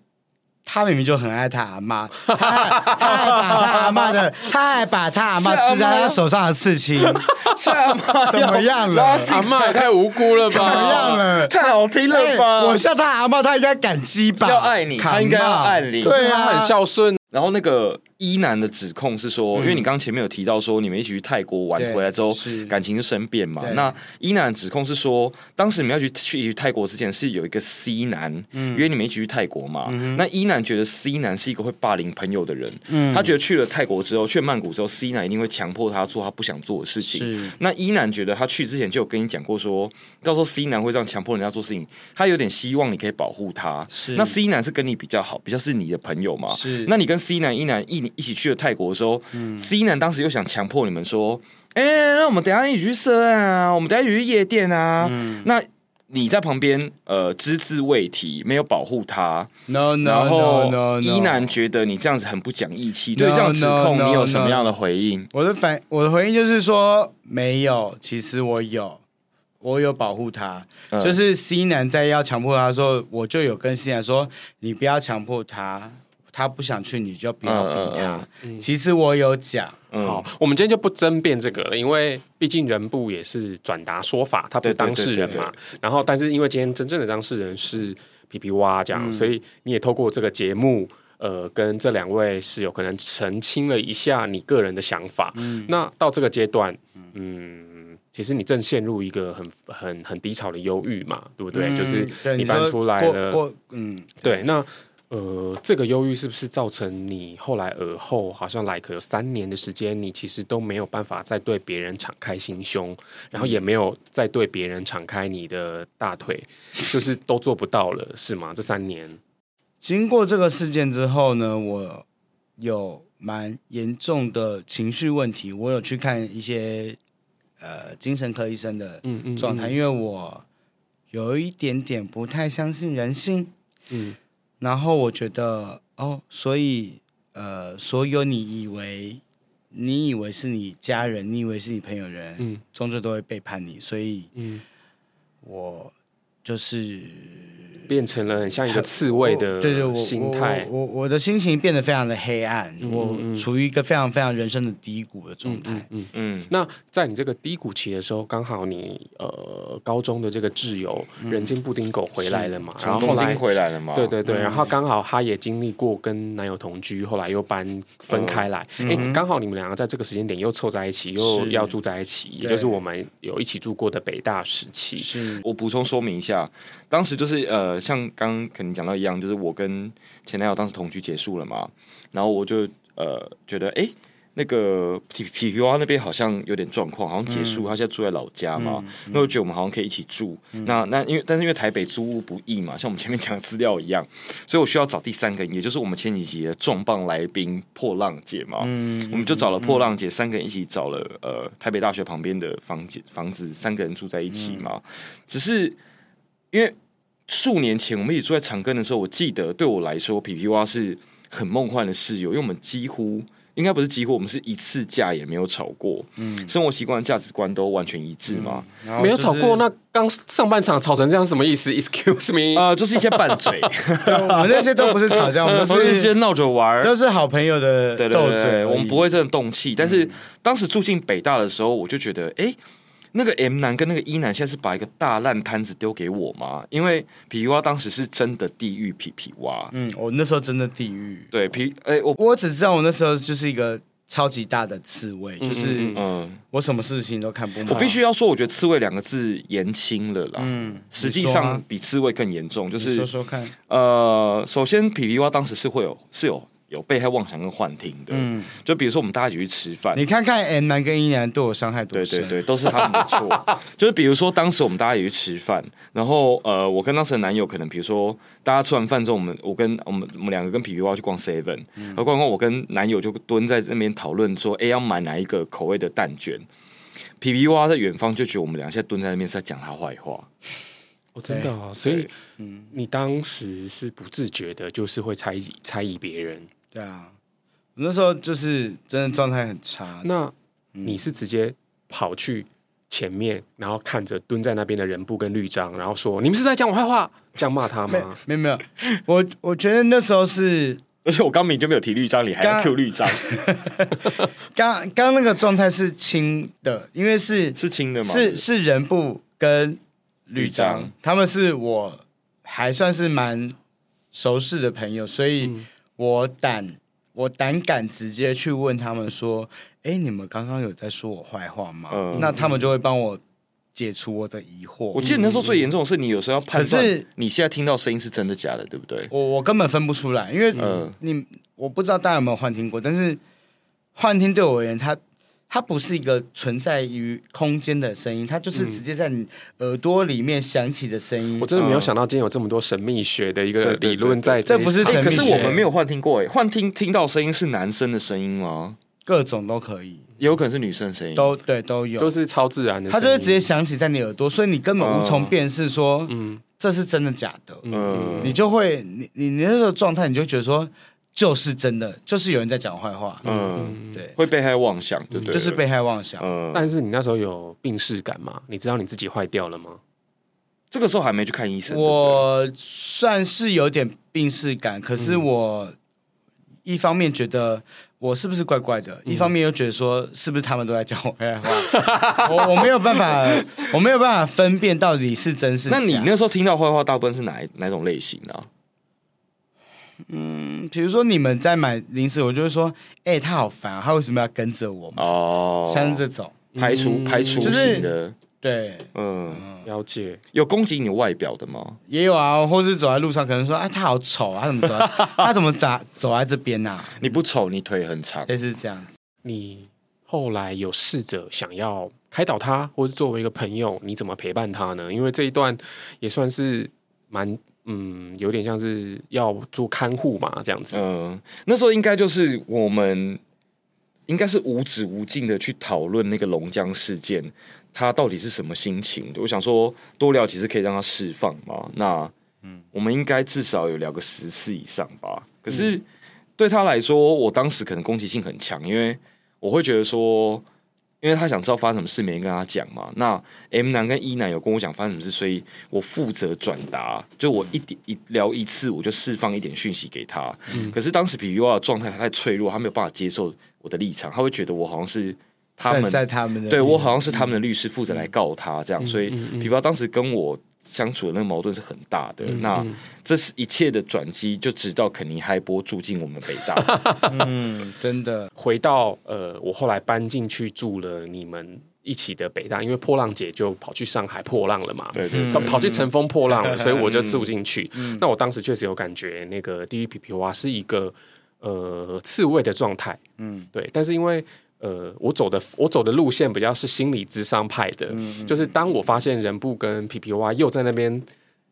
S2: 他明明就很爱他阿妈，他还他还把他阿妈的，他还把他阿妈刺在他手上的刺青，
S1: 啊是啊
S2: 啊
S1: 阿嬷
S2: 怎么样了？
S3: 阿嬷也太无辜了
S2: 怎么
S3: 吧？
S2: 样啊了？
S1: 啊太好听了吧？
S2: 哎我像他阿妈，他应该感激吧？
S1: 要爱你
S2: 扛
S1: 他应该要
S2: 吧
S1: 爱你
S2: 对
S3: 他
S2: 啊，
S3: 很孝顺，
S1: 然后那个一男的指控是说，因为你刚前面有提到说你们一起去泰国玩
S2: 嗯对
S1: 回来之后
S2: 是
S1: 感情就生变嘛
S2: 对。
S1: 那一男的指控是说，当时你们要去去一起去泰国之前是有一个 C 男、
S2: 嗯
S1: 约你们一起去泰国嘛。那一男觉得 C 男是一个会霸凌朋友的人，
S2: 嗯
S1: 他觉得去了泰国之后，去了曼谷之后，C 男一定会强迫他做他不想做的事
S2: 是
S1: 情。那一男觉得他去之前就有跟你讲过说到时候 C 男会这样强迫人家做事情，他有点希望你可以保护他。
S2: 是
S1: 那 C 男是跟你比较好，比较是你的朋友嘛。
S2: 是
S1: 那你跟 C 男、E 男一一起去了泰国的时候、c
S3: 嗯
S1: 男当时又想强迫你们说，哎、那我们等一下一起去涉案啊，我们等一下一起去夜店啊。
S3: 嗯
S1: 那你在旁边呃只字未提，没有保护他，
S2: no no
S1: 然
S2: no no，,
S1: 后
S2: no
S1: 一男觉得你这样子很不讲义气，对
S2: No,
S1: 这样指
S2: no,
S1: 控
S2: no,
S1: 你有什么
S2: no
S1: 样的回应？
S2: 我的反我的回应就是说没有，其实我有，我有保护他。
S1: 嗯
S2: 就是 C 男在要强迫他的时候，我就有跟 C 男说，你不要强迫他，他不想去你就不要逼他。
S1: 嗯
S2: 其实我有讲，
S1: 嗯
S3: 好，我们今天就不争辩这个了，因为毕竟人部也是转达说法，他不
S1: 对
S3: 是
S1: 对
S3: 当事人
S1: 对对嗯
S3: 嘛。然后，但是因为今天真正的当事人是皮皮蛙这样，所以你也透过这个节目。呃，跟这两位室友可能澄清了一下你个人的想法。
S1: 嗯
S3: 那到这个阶段，嗯，其实你正陷入一个很很很低潮的忧郁嘛，对不对？
S2: 嗯
S3: 就是
S2: 对
S3: 你
S2: 说
S3: 搬出来了，
S2: 过过嗯，
S3: 对，那呃，这个忧郁是不是造成你后来而后好像 like 有三年的时间，你其实都没有办法再对别人敞开心胸，然后也没有再对别人敞开你的大腿，就是都做不到了，是吗？这三年，
S2: 经过这个事件之后呢，我有蛮严重的情绪问题，我有去看一些呃精神科医生的
S3: 嗯嗯
S2: 状态，因为我有一点点不太相信人性。
S3: 嗯，
S2: 然后我觉得哦，所以呃，所有你以为你以为是你家人，你以为是你朋友的人，
S3: 嗯
S2: 终究都会背叛你。所以
S3: 嗯，
S2: 我就是
S3: 变成了很像一个刺猬的
S2: 我 对对我
S3: 心态
S2: 我我我我的心情变得非常的黑暗，
S3: 嗯嗯嗯
S2: 我处于一个非常非常人生的低谷的状
S3: 嗯
S2: 态。
S3: 嗯嗯。
S1: 嗯，
S3: 那在你这个低谷期的时候，刚好你呃高中的这个挚友人间布丁狗回来了嘛，然
S1: 从
S3: 后后
S1: 东
S3: 来
S1: 京回来了嘛？
S3: 对对对，
S1: 嗯
S3: 然后刚好她也经历过跟男友同居，后来又搬分开来。哎、刚好你们两个在这个时间点又凑在一起，又
S2: 嗯是
S3: 要住在一起，也
S2: 对
S3: 就是我们有一起住过的北大时期。
S2: 是，
S1: 我补充说明一下，当时就是呃，像刚刚可能讲到一样，就是我跟前男友当时同居结束了嘛，然后我就呃觉得哎。诶那个皮皮皮蛙那边好像有点状况，好像结束，他现在住在老家嘛，那我觉得我们好像可以一起住。那那因为但是因为台北租屋不易嘛，像我们前面讲的资料一样，所以我需要找第三个人，也就是我们前几集的重磅来宾破浪姐嘛。我们就找了破浪姐，三个人一起找了呃台北大学旁边的房子房子，三个人住在一起嘛。只是因为数年前我们一起住在长庚的时候，我记得对我来说，皮皮蛙是很梦幻的室友，因为我们几乎应该不是几乎，我们是一次架也没有吵过，嗯，生活习惯、价值观都完全一致嘛。
S2: 然后
S3: 没有
S2: 就
S3: 吵
S2: 是
S3: 过，那刚上半场吵成这样是什么意思？Excuse
S2: 嗯
S3: me，、
S1: 啊、就是一些拌嘴，
S2: 对 我们那些都不是 吵架，我们
S1: 不是一些
S2: 是
S1: 闹着玩儿，
S2: 都是好朋友的
S1: 对
S2: 斗
S1: 对对
S2: 嘴
S1: 对，
S2: 而已。
S1: 我们不会真的动气。但是当时住进北大的时候，我就觉得，哎，那个 M 男跟那个 E 男现在是把一个大烂摊子丢给我吗？因为皮皮蛙当时是真的地狱皮皮蛙，
S2: 嗯，我那时候真的地狱。
S1: 对皮，哎，我
S2: 我只知道我那时候就是一个超级大的刺猬，就是
S1: 嗯，
S2: 我什么事情都看不满。
S1: 我必须要说，我觉得刺猬两个字言轻了啦，
S2: 嗯，
S1: 实际
S2: 你说
S1: 上
S2: 啊
S1: 比刺猬更严重，就
S2: 你
S1: 是
S2: 说说看，
S1: 呃，首先皮皮蛙当时是会有是有有被害妄想跟幻听的，
S2: 嗯，
S1: 就比如说我们大家一起去吃饭，
S2: 你看看 M 男跟 E 男对我伤害多
S1: 对
S2: 深？
S1: 对对，都是他们的 错。就是比如说，当时我们大家也去吃饭，然后呃，我跟当时的男友可能，比如说大家吃完饭之后，我们我跟我们我们两个跟皮皮蛙去逛 Seven，、然后逛逛，我跟男友就蹲在那边讨论说，哎，要买哪一个口味的蛋卷？皮皮蛙在远方就觉得我们俩现在蹲在那边是在讲他坏话，
S3: 哦，真的哦，所以
S2: 嗯
S3: 你当时是不自觉的，就是会猜疑猜疑别人。
S2: 对啊，我那时候就是真的状态很差。
S3: 那
S2: 嗯
S3: 你是直接跑去前面，然后看着蹲在那边的人布跟绿章，然后说：“你们是不是在讲我坏话？”这样骂他
S2: 没
S3: 吗？
S2: 没有没有，我我觉得那时候是
S1: 而且我刚明就没有提绿章，你还要
S2: 刚
S1: Q 绿章，
S2: 刚刚那个状态是轻的，因为是
S1: 是轻的吗？
S2: 是是人部跟
S1: 绿
S2: 绿
S1: 章
S2: 章，他们是我还算是蛮熟识的朋友，所以我胆我胆敢直接去问他们说：“哎、你们刚刚有在说我坏话吗？”
S1: 嗯
S2: 那他们就会帮我解除我的疑惑。
S1: 我
S2: 我
S1: 记得那时候最严重的是，你有时候要判
S2: 可
S1: 断
S2: 是
S1: 你现在听到声音是真的假的，对不对？
S2: 我根本分不出来，因为
S1: 嗯
S2: 你、我不知道大家有没有幻听过，但是幻听对我而言，它它不是一个存在于空间的声音，它就是
S1: 嗯
S2: 直接在你耳朵里面响起的声音。
S3: 我真的没有想到今天有这么多神秘学的一
S1: 对
S3: 个
S1: 对对
S3: 理论在
S2: 这
S3: 一
S2: 不是
S3: 集
S1: 哎、
S2: 神
S1: 可
S2: 秘
S1: 是
S2: 学
S1: 我们没有幻听过哎、幻听听到声音是男生的声音吗？
S2: 各种都可以，
S1: 也有可能是女生的声音。
S2: 都对都有，
S3: 都是超自然的
S2: 它
S3: 声音，
S2: 就会直接响起在你耳朵，所以你根本无从
S1: 嗯
S2: 辨识说、
S3: 嗯
S2: 这是真的假的，
S1: 嗯
S2: 呃你就会你你你那个状态，你就觉得说就是真的，就是有人在讲坏话，
S1: 嗯，
S2: 对，
S1: 会被害妄想，对不对？
S2: 就是被害妄想。
S1: 嗯，
S3: 但是你那时候有病逝感吗？你知道你自己坏掉了吗？
S1: 这个时候还没去看医生。
S2: 我算是有点病逝感，可是我一方面觉得我是不是怪怪的，一方面又觉得说是不是他们都在讲我坏话，我我没有办法，我没有办法分辨到底是真是
S1: 对
S2: 假。
S1: 不对那你那时候听到坏话，大部分是哪一哪种类型啊？
S2: 嗯比如说你们在买零食，我就会说，哎、他好烦、啊，他为什么要跟着我嘛？
S1: 哦，
S2: 像是这种，
S1: 排除
S3: 嗯
S1: 排除
S2: 就是
S1: 型的，
S2: 对，
S1: 嗯，
S3: 了解，
S1: 有攻击你外表的吗？
S2: 也有啊，或是走在路上可能说，啊，他好丑啊，他怎么走 在，他怎么咋走在这边呐、啊？
S1: 你不丑，你腿很长。
S2: 类似这样子，
S3: 你后来有试着想要开导他，或是作为一个朋友，你怎么陪伴他呢？因为这一段也算是蛮嗯，有点像是要做看护嘛，这样子。
S1: 嗯，那时候应该就是我们应该是无止无尽的去讨论那个龙江事件，他到底是什么心情的。我想说多聊几次可以让他释放嘛。那嗯，我们应该至少有聊个十
S3: 嗯
S1: 次以上吧。可是对他来说，我当时可能攻击性很强，因为我会觉得说，因为他想知道发生什么事，没人跟他讲嘛。那 M 男跟 E 男有跟我讲发生什么事，所以我负责转达，就我一点一聊一次，我就释放一点讯息给他。可是当时 P U R 的状态太脆弱，他没有办法接受我的立场，他会觉得我好像是他
S2: 站
S1: 们
S2: 在嗯他们的
S1: 对我
S2: 立
S1: 好像是他们的律师负责来告他这样，所以皮包当时跟我相处的那个矛盾是很大的。那这是一切的转机，就直到肯尼嗨波住进我们北大，
S2: 场嗯真的
S3: 回到呃，我后来搬进去住了你们一起的北大，因为破浪姐就跑去上海破浪了嘛，
S1: 对对
S3: 就跑去乘风破浪了，所以我就住进去。那我当时确实有感觉，那个地狱皮皮蛙是一个呃刺猬的状态，嗯，对，但是因为。呃，我走的我走的路线比较是心理智商派的，就是当我发现人不跟皮皮蛙又在那边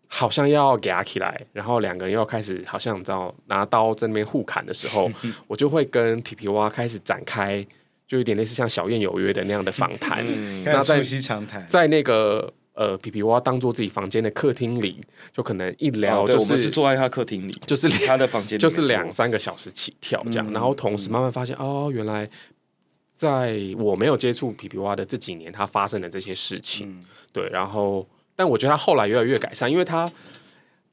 S3: 好像要给他起来，然后两个人又开始好像你知道拿刀在那边互砍的时候，我就会跟皮皮蛙开始展开，就有点类似像小燕有约的那样的访谈。那
S1: 嗯
S2: 看
S3: 在
S2: 促膝长谈，
S3: 在那个呃皮皮蛙当做自己房间的客厅里，就可能一聊
S1: 哦对
S3: 就
S1: 我们是
S3: 是、
S1: 坐在他客厅里，
S3: 就是
S1: 他的房间里
S3: 就是
S1: 面嗯
S3: 两三个小时起跳这样，然后同时慢慢发现、哦，原来在我没有接触皮皮蛙的这几年，它发生的这些事情，
S1: 嗯
S3: 对，然后但我觉得他后来越来越改善，因为他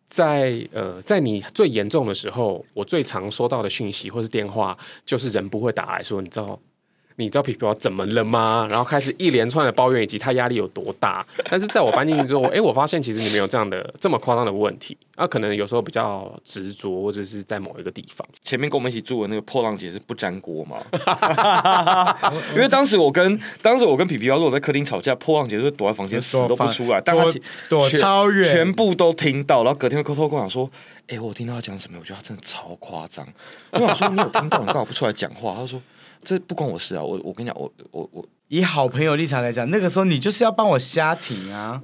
S3: 在呃在你最严重的时候，我最常收到的讯息或是电话，就是人不会打来说，你知道。你知道皮皮蛙怎么了 吗？然后开始一连串的抱怨，以及他压力有多大。但是在我搬进去之后，哎，我发现其实你没有这样的这么夸张的问题。啊，可能有时候比较执着，或者是在某一个地方。
S1: 前面跟我们一起住的那个破浪姐是不粘锅 嘛，因为当时我跟当时我跟皮皮要说我在客厅吵架，破浪姐就是躲在房间死都不出来，但她
S2: 躲
S1: 其
S2: 躲
S1: 全
S2: 超远
S1: 全部都听到，然后隔天会偷偷跟我讲说，哎、我听到她讲什么，我觉得她真的超夸张。我想说你有听到，你干嘛不出来讲话？她说这不关我事啊，我我跟你讲，我我我，
S2: 以好朋友立场来讲，那个时候你就是要帮我瞎挺啊。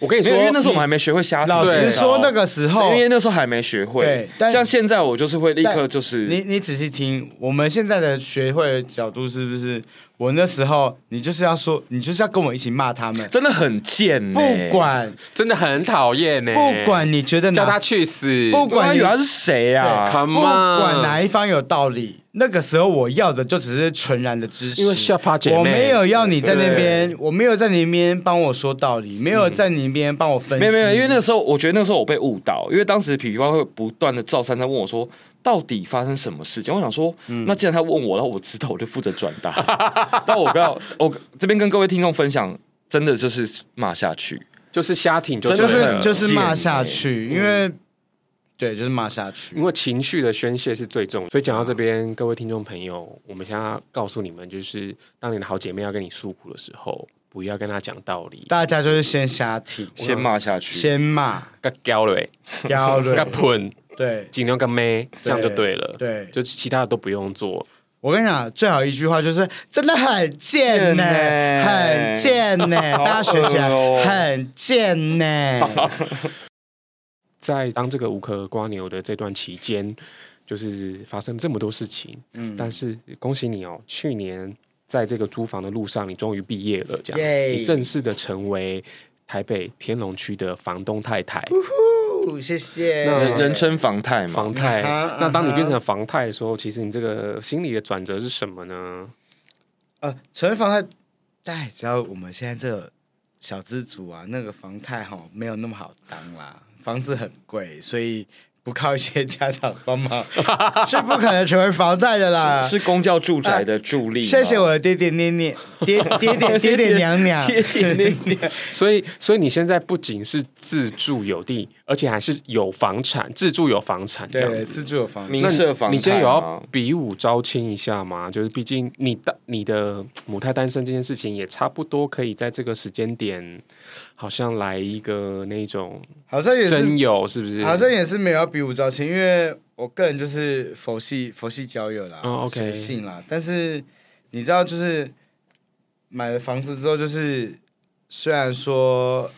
S3: 我跟你
S1: 没
S3: 说，
S1: 有因为那时候我们还没学会瞎
S2: 老
S1: 嗯对哦
S2: 实说，那个时候
S1: 因为那时候还没学会
S2: 对，但
S1: 像现在我就是会立刻
S2: 但
S1: 就是
S2: 你你仔细听，我们现在的学会的角度是不是？我那时候你就是要说，你就是要跟我一起骂他们，
S1: 真的很贱、欸呢。
S2: 不管
S3: 嗯真的很讨厌呢。
S2: 不管你觉得
S3: 叫他
S2: 哪，
S3: 去死，
S2: 不
S1: 不管
S2: 管
S1: 以
S2: 你
S1: 为他是谁啊，
S2: 不
S3: come on，
S2: 管哪一方有道理，那个时候我要的就只是纯然的支持。
S3: 因为下巴姐妹，
S2: 我没有要你在那边，我没有在你那边帮我说道理，没有在你那边帮我分析。
S1: 嗯没有没有，因为那个时候我觉得那个时候我被误导，因为当时皮皮蛙会不断的赵珊珊问我说。到底发生什么事情？我想说，
S2: 嗯
S1: 那既然他问我，然后我知道，我就负责转达。 但我不要，我这边跟各位听众分享，真的就是骂下去，
S3: 就是瞎挺，就
S1: 真
S2: 就
S1: 的
S3: 对了
S2: 是就是骂
S1: 很
S2: 下
S1: 贱欸
S2: 去，因为对，就是骂下去
S1: 嗯
S3: 因。为情绪的宣泄是最重要，所以讲到这边，各位听众朋友，我们现在要告诉你们，就是当你的好姐妹要跟你诉苦的时候，不要跟她讲道理，
S2: 大家就是先瞎挺，
S1: 先骂下去。
S2: 先 骂，
S3: 该教了，
S2: 要
S3: 该
S2: 了，
S3: 喷，
S2: 对。
S3: 尽量该咩，这样就对了。
S2: 对
S3: 就其他的都不用做。
S2: 我跟你讲，最好一句话就是真的很贱呢、
S1: 贱欸
S2: 很贱 呢、
S1: 好
S2: 大家学起来
S1: 恶哦
S2: 很贱呢、
S3: 在当这个无壳瓜牛的这段期间，就是发生这么多事情，嗯，但是恭喜你哦，去年在这个租房的路上，你终于毕业了，这样，
S2: 耶
S3: 你正式的成为台北天龙区的房东太太。
S2: 哦谢谢。
S1: 人人称房太嘛，
S3: 房贷。
S2: 嗯哼
S3: 那当你变成房贷的时候，其实你这个心理的转折是什么呢？
S2: 呃，成为房贷，大家也知道我们现在这个小资族啊，那个房贷哈没有那么好当啦，房子很贵，所以不靠一些家长 帮忙是不可能成为房贷的啦。
S1: 是公教住宅的助力吗。
S2: 谢谢我的爹爹捏捏，爹爹 爹爹爹娘娘，
S1: 爹爹爹 爹
S3: 所以，所以你现在不仅是自住有地，而且还是有房产，自住有房产这样
S2: 对，
S3: 子。
S2: 自住有房啊
S1: 民
S3: 那你
S1: 社房太嘛，
S3: 你今天有要比武招亲一下吗？就是毕竟你的你的母胎单身这件事情，也差不多可以在这个时间点，好像来一个那种
S2: 好像也是
S3: 真友，是不是？
S2: 好像也是没有要比武招亲，因为我个人就是佛系佛系交友啦，
S3: 哦，OK
S2: 随性啦。但是你知道，就是买了房子之后，就是虽然说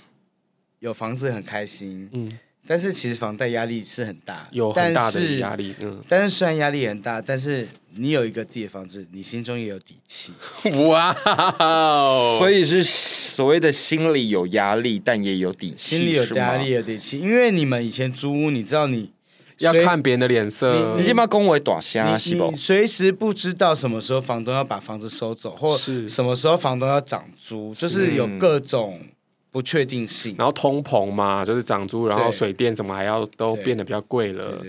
S2: 有房子很开心，
S3: 嗯，
S2: 但是其实房贷压力是很大，
S3: 有很大
S2: 但
S3: 的
S2: 是
S3: 压力。嗯，
S2: 但是虽然压力很大，但是你有一个自己的房子，你心中也有底气。
S3: 嗯哇哦！
S1: 所以是所谓的心里有压力，但也有底气，
S2: 心里有
S1: 是吗
S2: 压力，有底气，因为你们以前租屋，你知道你
S3: 要
S2: 所以
S3: 看别人的脸色。
S1: 你今把恭维短虾啊是
S2: 你
S1: 不
S2: 你？随时不知道什么时候房东要把房子收走，或
S3: 是
S2: 什么时候房东要涨租，就是
S3: 嗯
S2: 有各种不确定性。
S3: 然后通膨嘛，就是涨租，然后
S2: 对
S3: 水电什么还要都
S2: 对
S3: 变得比较贵了。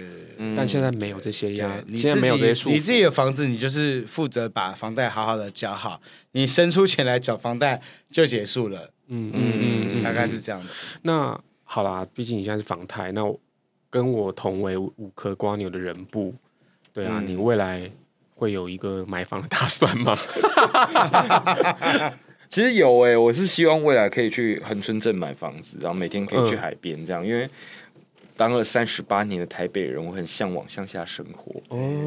S3: 但现在没有这些呀，现在没有这些
S2: 你
S3: 束缚。
S2: 自己你自己的房子，你就是负责把房贷好好的缴好，你生出钱来缴房贷就结束了，
S3: 嗯嗯嗯，
S2: 大
S3: 嗯
S2: 概是这样子。
S3: 那好啦，毕竟你现在是房贷，那我跟我同为五颗瓜牛的人部，对
S2: 嗯
S3: 啊，你未来会有一个买房的打算吗？
S1: 其实有诶、我是希望未来可以去恒春镇买房子，然后每天可以去海边这样，因为当了三十八年的台北人，我很向往乡下生活。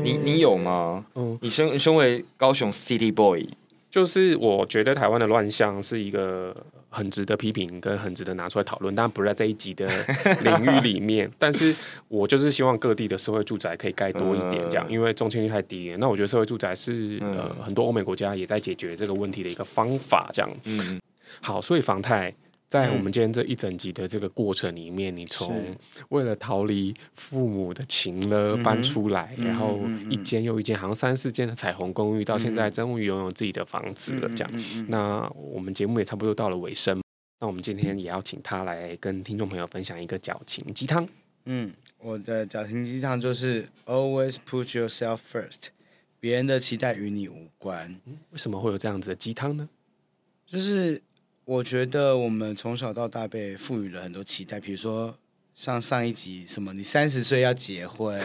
S1: 你你有吗？
S3: 嗯
S1: 你身身为高雄 City Boy，
S3: 就是我觉得台湾的乱象是一个很值得批评跟很值得拿出来讨论，当然不是在这一集的领域里面。但是我就是希望各地的社会住宅可以盖多一点，这样，
S1: 嗯
S3: 因为中签率太低了。那我觉得社会住宅是、呃很多欧美国家也在解决这个问题的一个方法，这样。
S1: 嗯，
S3: 好，所以房贷
S2: 嗯
S3: 在我们今天这一整集的这个过程里面，你从为了逃离父母的情
S2: 嗯
S3: 了搬出来，然后一间又一间，好像三四间的彩虹公寓，到现
S2: 嗯
S3: 在终于拥有自己的房子了。这样，那我们节目也差不多到了尾声。那我们今天也要请他来跟听众朋友分享一个矫情鸡汤。
S2: 嗯，我的矫情鸡汤就是 always put yourself first，别人的期待与你无关。
S3: 为什么会有这样子的鸡汤呢？
S2: 就是我觉得我们从小到大被赋予了很多期待，比如说像上一集什么，你三十岁要结婚，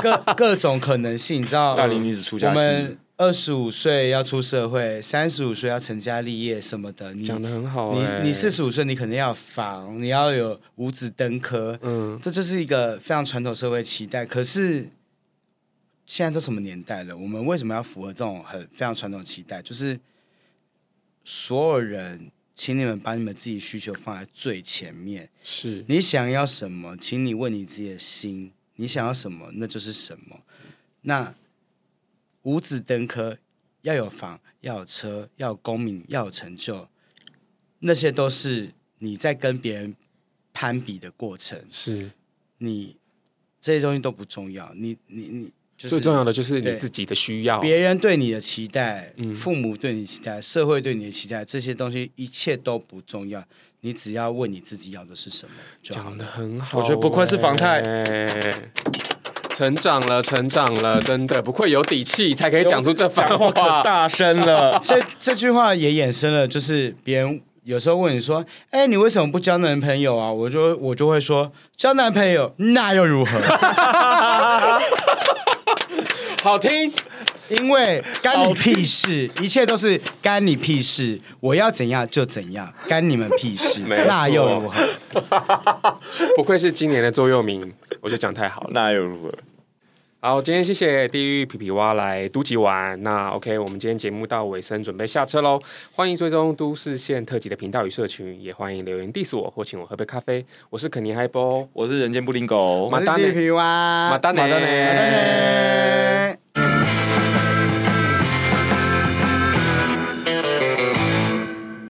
S2: 各各种可能性，你知道？
S1: 嗯大龄女子出
S2: 我
S1: 家
S2: 们
S1: 期，
S2: 二十五岁要出社会，三十五岁要成家立业什么的，你
S3: 讲的很好、欸，
S2: 你你四十五岁，你肯定要有房，你要有五子登科，
S3: 嗯，
S2: 这就是一个非常传统社会期待。可是现在都什么年代了，我们为什么要符合这种很非常传统的期待？就是所有人，请你们把你们自己需求放在最前面。
S3: 是
S2: 你想要什么，请你问你自己的心，你想要什么，那就是什么。那五子登科，要有房，要有车，要有功名，要有成就，那些都是你在跟别人攀比的过程。
S3: 是，
S2: 你这些东西都不重要，你你你就是
S3: 最重要的就是你
S2: 对
S3: 自己的需要。
S2: 别人对你的期待，
S3: 嗯
S2: 父母对你的期待，社会对你的期待，这些东西一切都不重要，你只要问你自己要的是什么就好
S3: 讲
S2: 了。。
S3: 的很好、
S1: 啊我觉得不愧是房太
S3: 哎成长了，成长了，真的不愧有底气才可以讲出这番
S1: 讲话可
S3: 话。
S1: 大声了
S2: 这这句话也衍生了，就是别人有时候问你说：“哎、你为什么不交男朋友啊？”我就我就会说：“交男朋友那又如何？
S3: 好听，
S2: 因为干你屁事，一切都是干你屁事，我要怎样就怎样，干你们屁事，
S1: 没错
S2: 那又如何？”
S3: 不愧是今年的座右铭，我觉得讲太好了。
S1: 那又如何？
S3: 好，今天谢谢地狱皮皮蛙来都吉玩。那 OK，我们今天节目到尾声，准备下车喽。欢迎追踪都市线特辑的频道与社群，也欢迎留言 diss 我或请我喝杯咖啡。我是肯尼嗨波，
S1: 我是人间布丁狗，
S2: 我
S3: 马
S2: 是
S3: 丹呢
S2: 地皮蛙，
S3: 马丹呢
S2: 马丹呢。